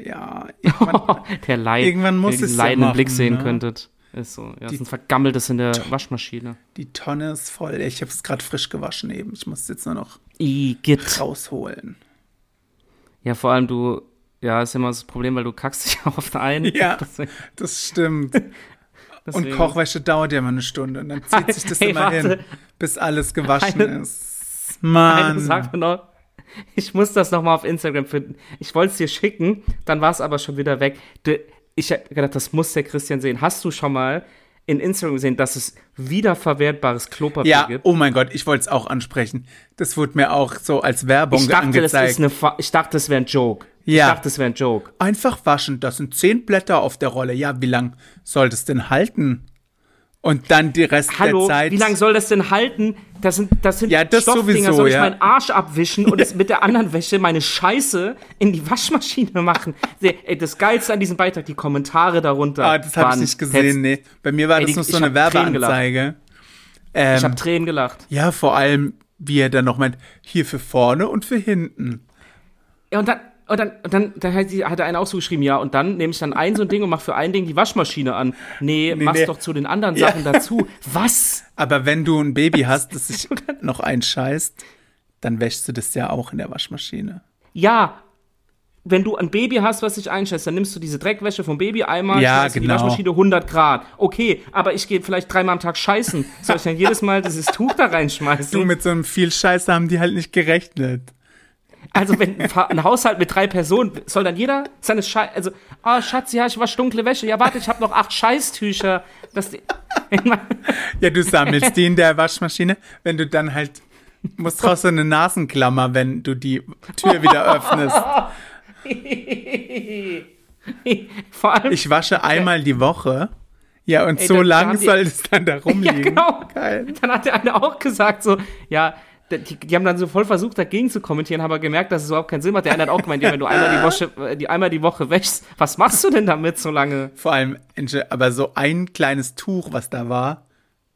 S2: Ja, irgendwann,
S1: Der Leid,
S2: Irgendwann muss
S1: wenn ihr
S2: ich's
S1: diesen
S2: ja
S1: leidenden
S2: machen,
S1: Blick sehen
S2: ne?
S1: könntet. Ist so. Ja,
S2: Die-
S1: sonst vergammelt es in der Waschmaschine.
S2: die Tonne ist voll. Ich habe es gerade frisch gewaschen eben. Ich muss es jetzt nur noch
S1: Igitt.
S2: rausholen.
S1: Ja, vor allem du, ja, ist immer das Problem, weil du kackst dich auch oft ein.
S2: Ja.
S1: Deswegen-
S2: Das stimmt. Und
S1: deswegen-
S2: Kochwäsche dauert ja immer eine Stunde und dann zieht sich das
S1: Hey,
S2: immer hin,
S1: warte.
S2: bis alles gewaschen
S1: Eine-
S2: ist.
S1: Eine
S2: Mann.
S1: Sache noch. Ich muss das nochmal auf Instagram finden. Ich wollte es dir schicken, dann war es aber schon wieder weg. Du, ich habe gedacht, das muss der Christian sehen. Hast du schon mal in Instagram gesehen, dass es wiederverwertbares Klopapier
S2: Ja,
S1: gibt?
S2: oh mein Gott, ich wollte es auch ansprechen. Das wurde mir auch so als Werbung
S1: Ich dachte, das
S2: angezeigt.
S1: ist eine Fa ich dachte, das wäre ein Joke.
S2: Ja.
S1: Ich dachte, das wäre ein Joke.
S2: Einfach waschen, das sind zehn Blätter auf der Rolle. Ja, wie lang soll das denn halten? Und dann die Rest
S1: Hallo,
S2: der Zeit.
S1: wie lange soll das denn halten? Das sind, das sind
S2: Ja, das
S1: Stoffdinger,
S2: sowieso,
S1: soll ich
S2: ja.
S1: meinen Arsch abwischen und es mit der anderen Wäsche meine Scheiße in die Waschmaschine machen? Ey, das Geilste an diesem Beitrag, die Kommentare darunter.
S2: ah, das habe ich
S1: waren
S2: nicht gesehen.
S1: Text.
S2: Nee. Bei mir war
S1: Ey,
S2: das
S1: die-
S2: nur so
S1: ich
S2: eine
S1: hab Tränen gelacht.
S2: Werbeanzeige. Ähm,
S1: Ich habe Tränen gelacht.
S2: ja, vor allem, wie er dann noch meint, hier für vorne und für hinten.
S1: Ja, und dann, und dann, und dann, dann hat, die, hat der eine auch so geschrieben, ja, und dann nehme ich dann ein so ein Ding und mache für ein Ding die Waschmaschine an. Nee, mach's
S2: nee.
S1: doch zu den anderen Sachen dazu. Was?
S2: Aber wenn du ein Baby hast, das sich noch einscheißt, dann wäschst du das ja auch in der Waschmaschine.
S1: Ja, wenn du ein Baby hast, was sich einschätzt, dann nimmst du diese Dreckwäsche vom Baby einmal,
S2: Ja,
S1: schmeißt in die
S2: genau.
S1: Waschmaschine 100 Grad. Okay, aber ich gehe vielleicht dreimal am Tag scheißen. Soll ich dann jedes Mal dieses Tuch da
S2: Du,
S1: reinschmeißen?
S2: mit so einem viel Scheiße haben die halt nicht gerechnet.
S1: also wenn ein, Fa- ein Haushalt mit drei Personen, soll dann jeder seine Scheiß, also, ah, Schatz, ja, ich wasche dunkle Wäsche. Ja, warte, ich habe noch acht Scheißtücher. Das, die-
S2: Ja, du sammelst die in der Waschmaschine, wenn du dann halt musst raus so eine Nasenklammer, wenn du die Tür wieder öffnest.
S1: Vor allem,
S2: Ich wasche einmal die Woche. Ja, und
S1: Ey,
S2: so
S1: da- da
S2: lang
S1: haben die-
S2: soll es dann da
S1: ja,
S2: rumliegen.
S1: genau.
S2: Geil.
S1: Dann hat der eine auch gesagt, so, ja, die, die haben dann so voll versucht, dagegen zu kommentieren, haben aber gemerkt, dass es überhaupt keinen Sinn macht. Der eine hat auch gemeint, ja, wenn du einmal die, Woche, die, einmal die Woche wäschst, was machst du denn damit so lange?
S2: Vor allem, Entschuldigung, aber so ein kleines Tuch, was da war,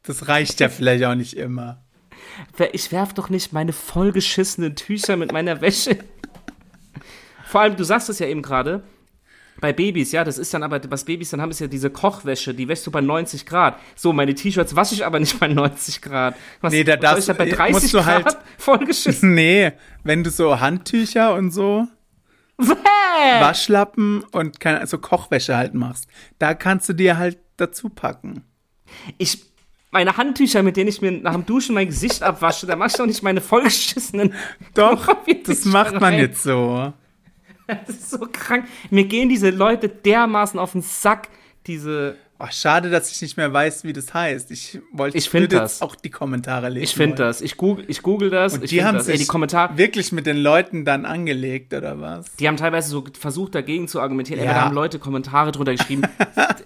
S2: das reicht ja vielleicht auch nicht immer.
S1: Wer- Ich werf doch nicht meine vollgeschissenen Tücher mit meiner Wäsche. Vor allem, du sagst es ja eben gerade, bei Babys, ja, das ist dann aber, was Babys dann haben, ist ja diese Kochwäsche, die wäschst du bei 90 Grad. So, meine T-Shirts wasche ich aber nicht bei 90 Grad. Was,
S2: Nee, da
S1: was soll
S2: darfst-
S1: ich bei
S2: äh,
S1: 30
S2: musst du halt-
S1: Grad vollgeschissen.
S2: Nee, wenn du so Handtücher und so,
S1: Äh.
S2: Waschlappen und keine, also Kochwäsche halt machst, da kannst du dir halt dazu packen.
S1: Ich, meine Handtücher, mit denen ich mir nach dem Duschen mein Gesicht abwasche, da mach ich doch nicht meine vollgeschissenen.
S2: Doch,
S1: Wie
S2: das
S1: nicht
S2: macht man
S1: rein.
S2: jetzt so.
S1: Das ist so krank. Mir gehen diese Leute dermaßen auf den Sack, diese
S2: Oh, schade, dass ich nicht mehr weiß, wie das heißt. Ich wollte
S1: Ich find
S2: würde
S1: das.
S2: jetzt auch die Kommentare lesen.
S1: Ich finde
S2: wollen.
S1: das. Ich google, ich google das. ich
S2: Die
S1: find
S2: haben
S1: das. Ey,
S2: sich
S1: die Kommentare,
S2: wirklich mit den Leuten dann angelegt, oder was?
S1: die haben teilweise so versucht, dagegen zu argumentieren.
S2: Ja.
S1: Ey, aber da haben Leute Kommentare drunter geschrieben.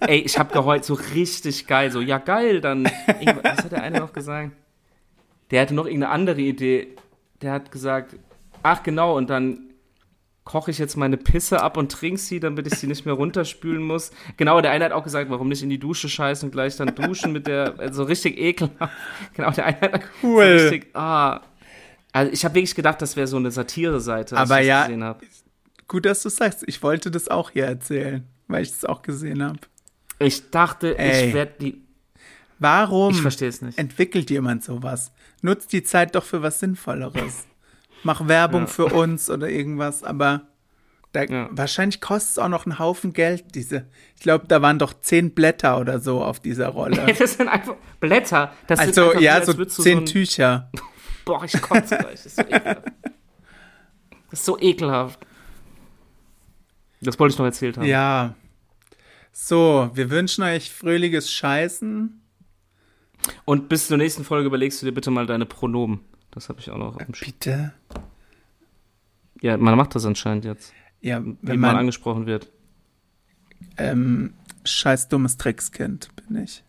S1: Ey, ich habe geheult, so richtig geil. So, ja, geil, dann. Irgendwas- Was hat der eine noch gesagt? Der hatte noch irgendeine andere Idee. Der hat gesagt, ach genau, und dann koche ich jetzt meine Pisse ab und trinke sie, damit ich sie nicht mehr runterspülen muss. Genau, der eine hat auch gesagt, warum nicht in die Dusche scheißen und gleich dann duschen mit der, also richtig ekelhaft. Genau, der eine hat
S2: Cool.
S1: so richtig, ah. Also ich habe wirklich gedacht, das wäre so eine Satire-Seite, als
S2: Aber
S1: ich das
S2: ja,
S1: gesehen habe.
S2: Gut, dass du es sagst. Ich wollte das auch hier erzählen, weil ich es auch gesehen habe.
S1: Ich dachte,
S2: Ey.
S1: ich werde die, ich
S2: Warum
S1: verstehe es nicht.
S2: entwickelt jemand sowas? Nutzt die Zeit doch für was Sinnvolleres. Mach Werbung für uns oder irgendwas, aber da,
S1: Ja.
S2: wahrscheinlich kostet es auch noch einen Haufen Geld, diese. Ich glaube, da waren doch zehn Blätter oder so auf dieser Rolle.
S1: Das sind einfach Blätter. Das sind
S2: also,
S1: einfach
S2: ja,
S1: als
S2: so
S1: würdest du
S2: zehn
S1: ein-
S2: Tücher.
S1: Boah, ich kotze gleich. Das ist so ekelhaft. Das ist so ekelhaft. Das wollte ich noch erzählt haben.
S2: Ja. So, wir wünschen euch fröhliches Scheißen.
S1: Und bis zur nächsten Folge überlegst du dir bitte mal deine Pronomen. Das habe ich auch noch. im Sch-
S2: Bitte.
S1: Ja, man macht das anscheinend jetzt,
S2: Ja,
S1: wenn
S2: wenn
S1: man
S2: man
S1: angesprochen wird.
S2: ähm, scheiß dummes Trickskind bin ich.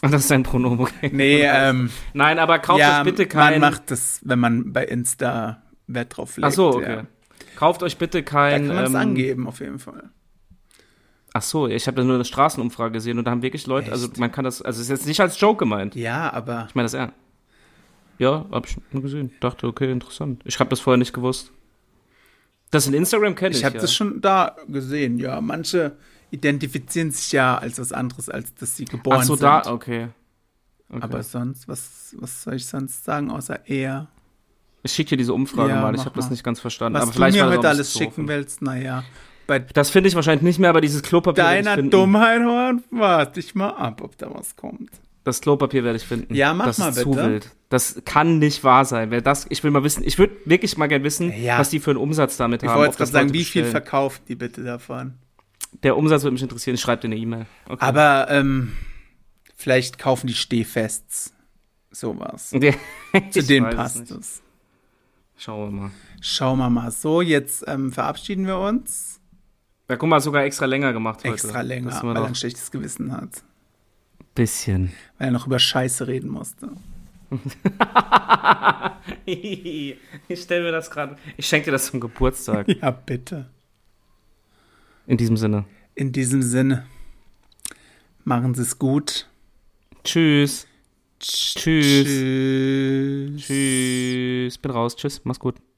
S1: Ach, Das ist dein Pronomen, okay.
S2: Nee, ähm,
S1: Nein, aber kauft
S2: ja,
S1: euch bitte kein.
S2: man macht das, wenn man bei Insta Wert drauf legt.
S1: Ach so, okay.
S2: Ja.
S1: Kauft euch bitte
S2: Da
S1: kein.
S2: kann man es
S1: ähm,
S2: angeben, auf jeden Fall.
S1: Ach so, ich habe da nur eine Straßenumfrage gesehen und da haben wirklich Leute, also
S2: Echt?
S1: man kann das, also es ist jetzt nicht als Joke gemeint.
S2: Ja, aber
S1: Ich meine das ernst. Ja, hab ich nur gesehen. Dachte, okay, interessant. Ich habe das vorher nicht gewusst. Das in Instagram kenne ich.
S2: ich habe
S1: ja.
S2: das schon da gesehen, ja. Manche identifizieren sich ja als was anderes, als dass sie geboren
S1: Ach so,
S2: sind.
S1: da, okay. okay.
S2: Aber sonst, was, was soll ich sonst sagen, außer eher?
S1: ich schicke dir diese Umfrage
S2: Ja,
S1: mal, ich
S2: mach
S1: habe das
S2: mal.
S1: nicht ganz verstanden.
S2: Was
S1: aber
S2: du
S1: vielleicht
S2: mir
S1: war das
S2: heute
S1: auch ein
S2: alles
S1: bisschen
S2: schicken
S1: doof.
S2: willst, naja. Bei
S1: Das finde ich wahrscheinlich nicht mehr, aber dieses Klopapier werde ich
S2: deiner
S1: finden.
S2: Dummheit, Horn, warte ich mal ab, ob da was kommt.
S1: Das Klopapier werde ich finden.
S2: Ja, mach
S1: das
S2: mal
S1: ist zu
S2: bitte.
S1: wild. Das kann nicht wahr sein. Wer das, ich will mal wissen, ich würde wirklich mal gern wissen,
S2: Ja.
S1: was die für einen Umsatz damit
S2: Ich
S1: haben.
S2: wollte
S1: ob
S2: jetzt gerade
S1: das
S2: sagen,
S1: Leute
S2: wie viel
S1: bestellen.
S2: verkauft die bitte davon?
S1: Der Umsatz würde mich interessieren. Ich schreibe dir eine E-Mail. Okay.
S2: Aber ähm, vielleicht kaufen die Stehfests. Sowas. Zu
S1: Zu
S2: denen passt es.
S1: Schauen wir mal.
S2: Schauen wir mal. So, jetzt ähm, verabschieden wir uns.
S1: Ja, guck mal, sogar extra länger gemacht heute.
S2: Extra länger,
S1: Dass
S2: weil
S1: man
S2: er
S1: noch
S2: ein schlechtes Gewissen hat.
S1: bisschen.
S2: Weil er noch über Scheiße reden musste.
S1: ich stelle mir das gerade. Ich schenke dir das zum Geburtstag.
S2: Ja, bitte.
S1: In diesem Sinne.
S2: In diesem Sinne, machen Sie es gut.
S1: Tschüss.
S2: Tsch-
S1: Tschüss.
S2: Tschüss.
S1: Tschüss. Bin raus. Tschüss. Mach's gut.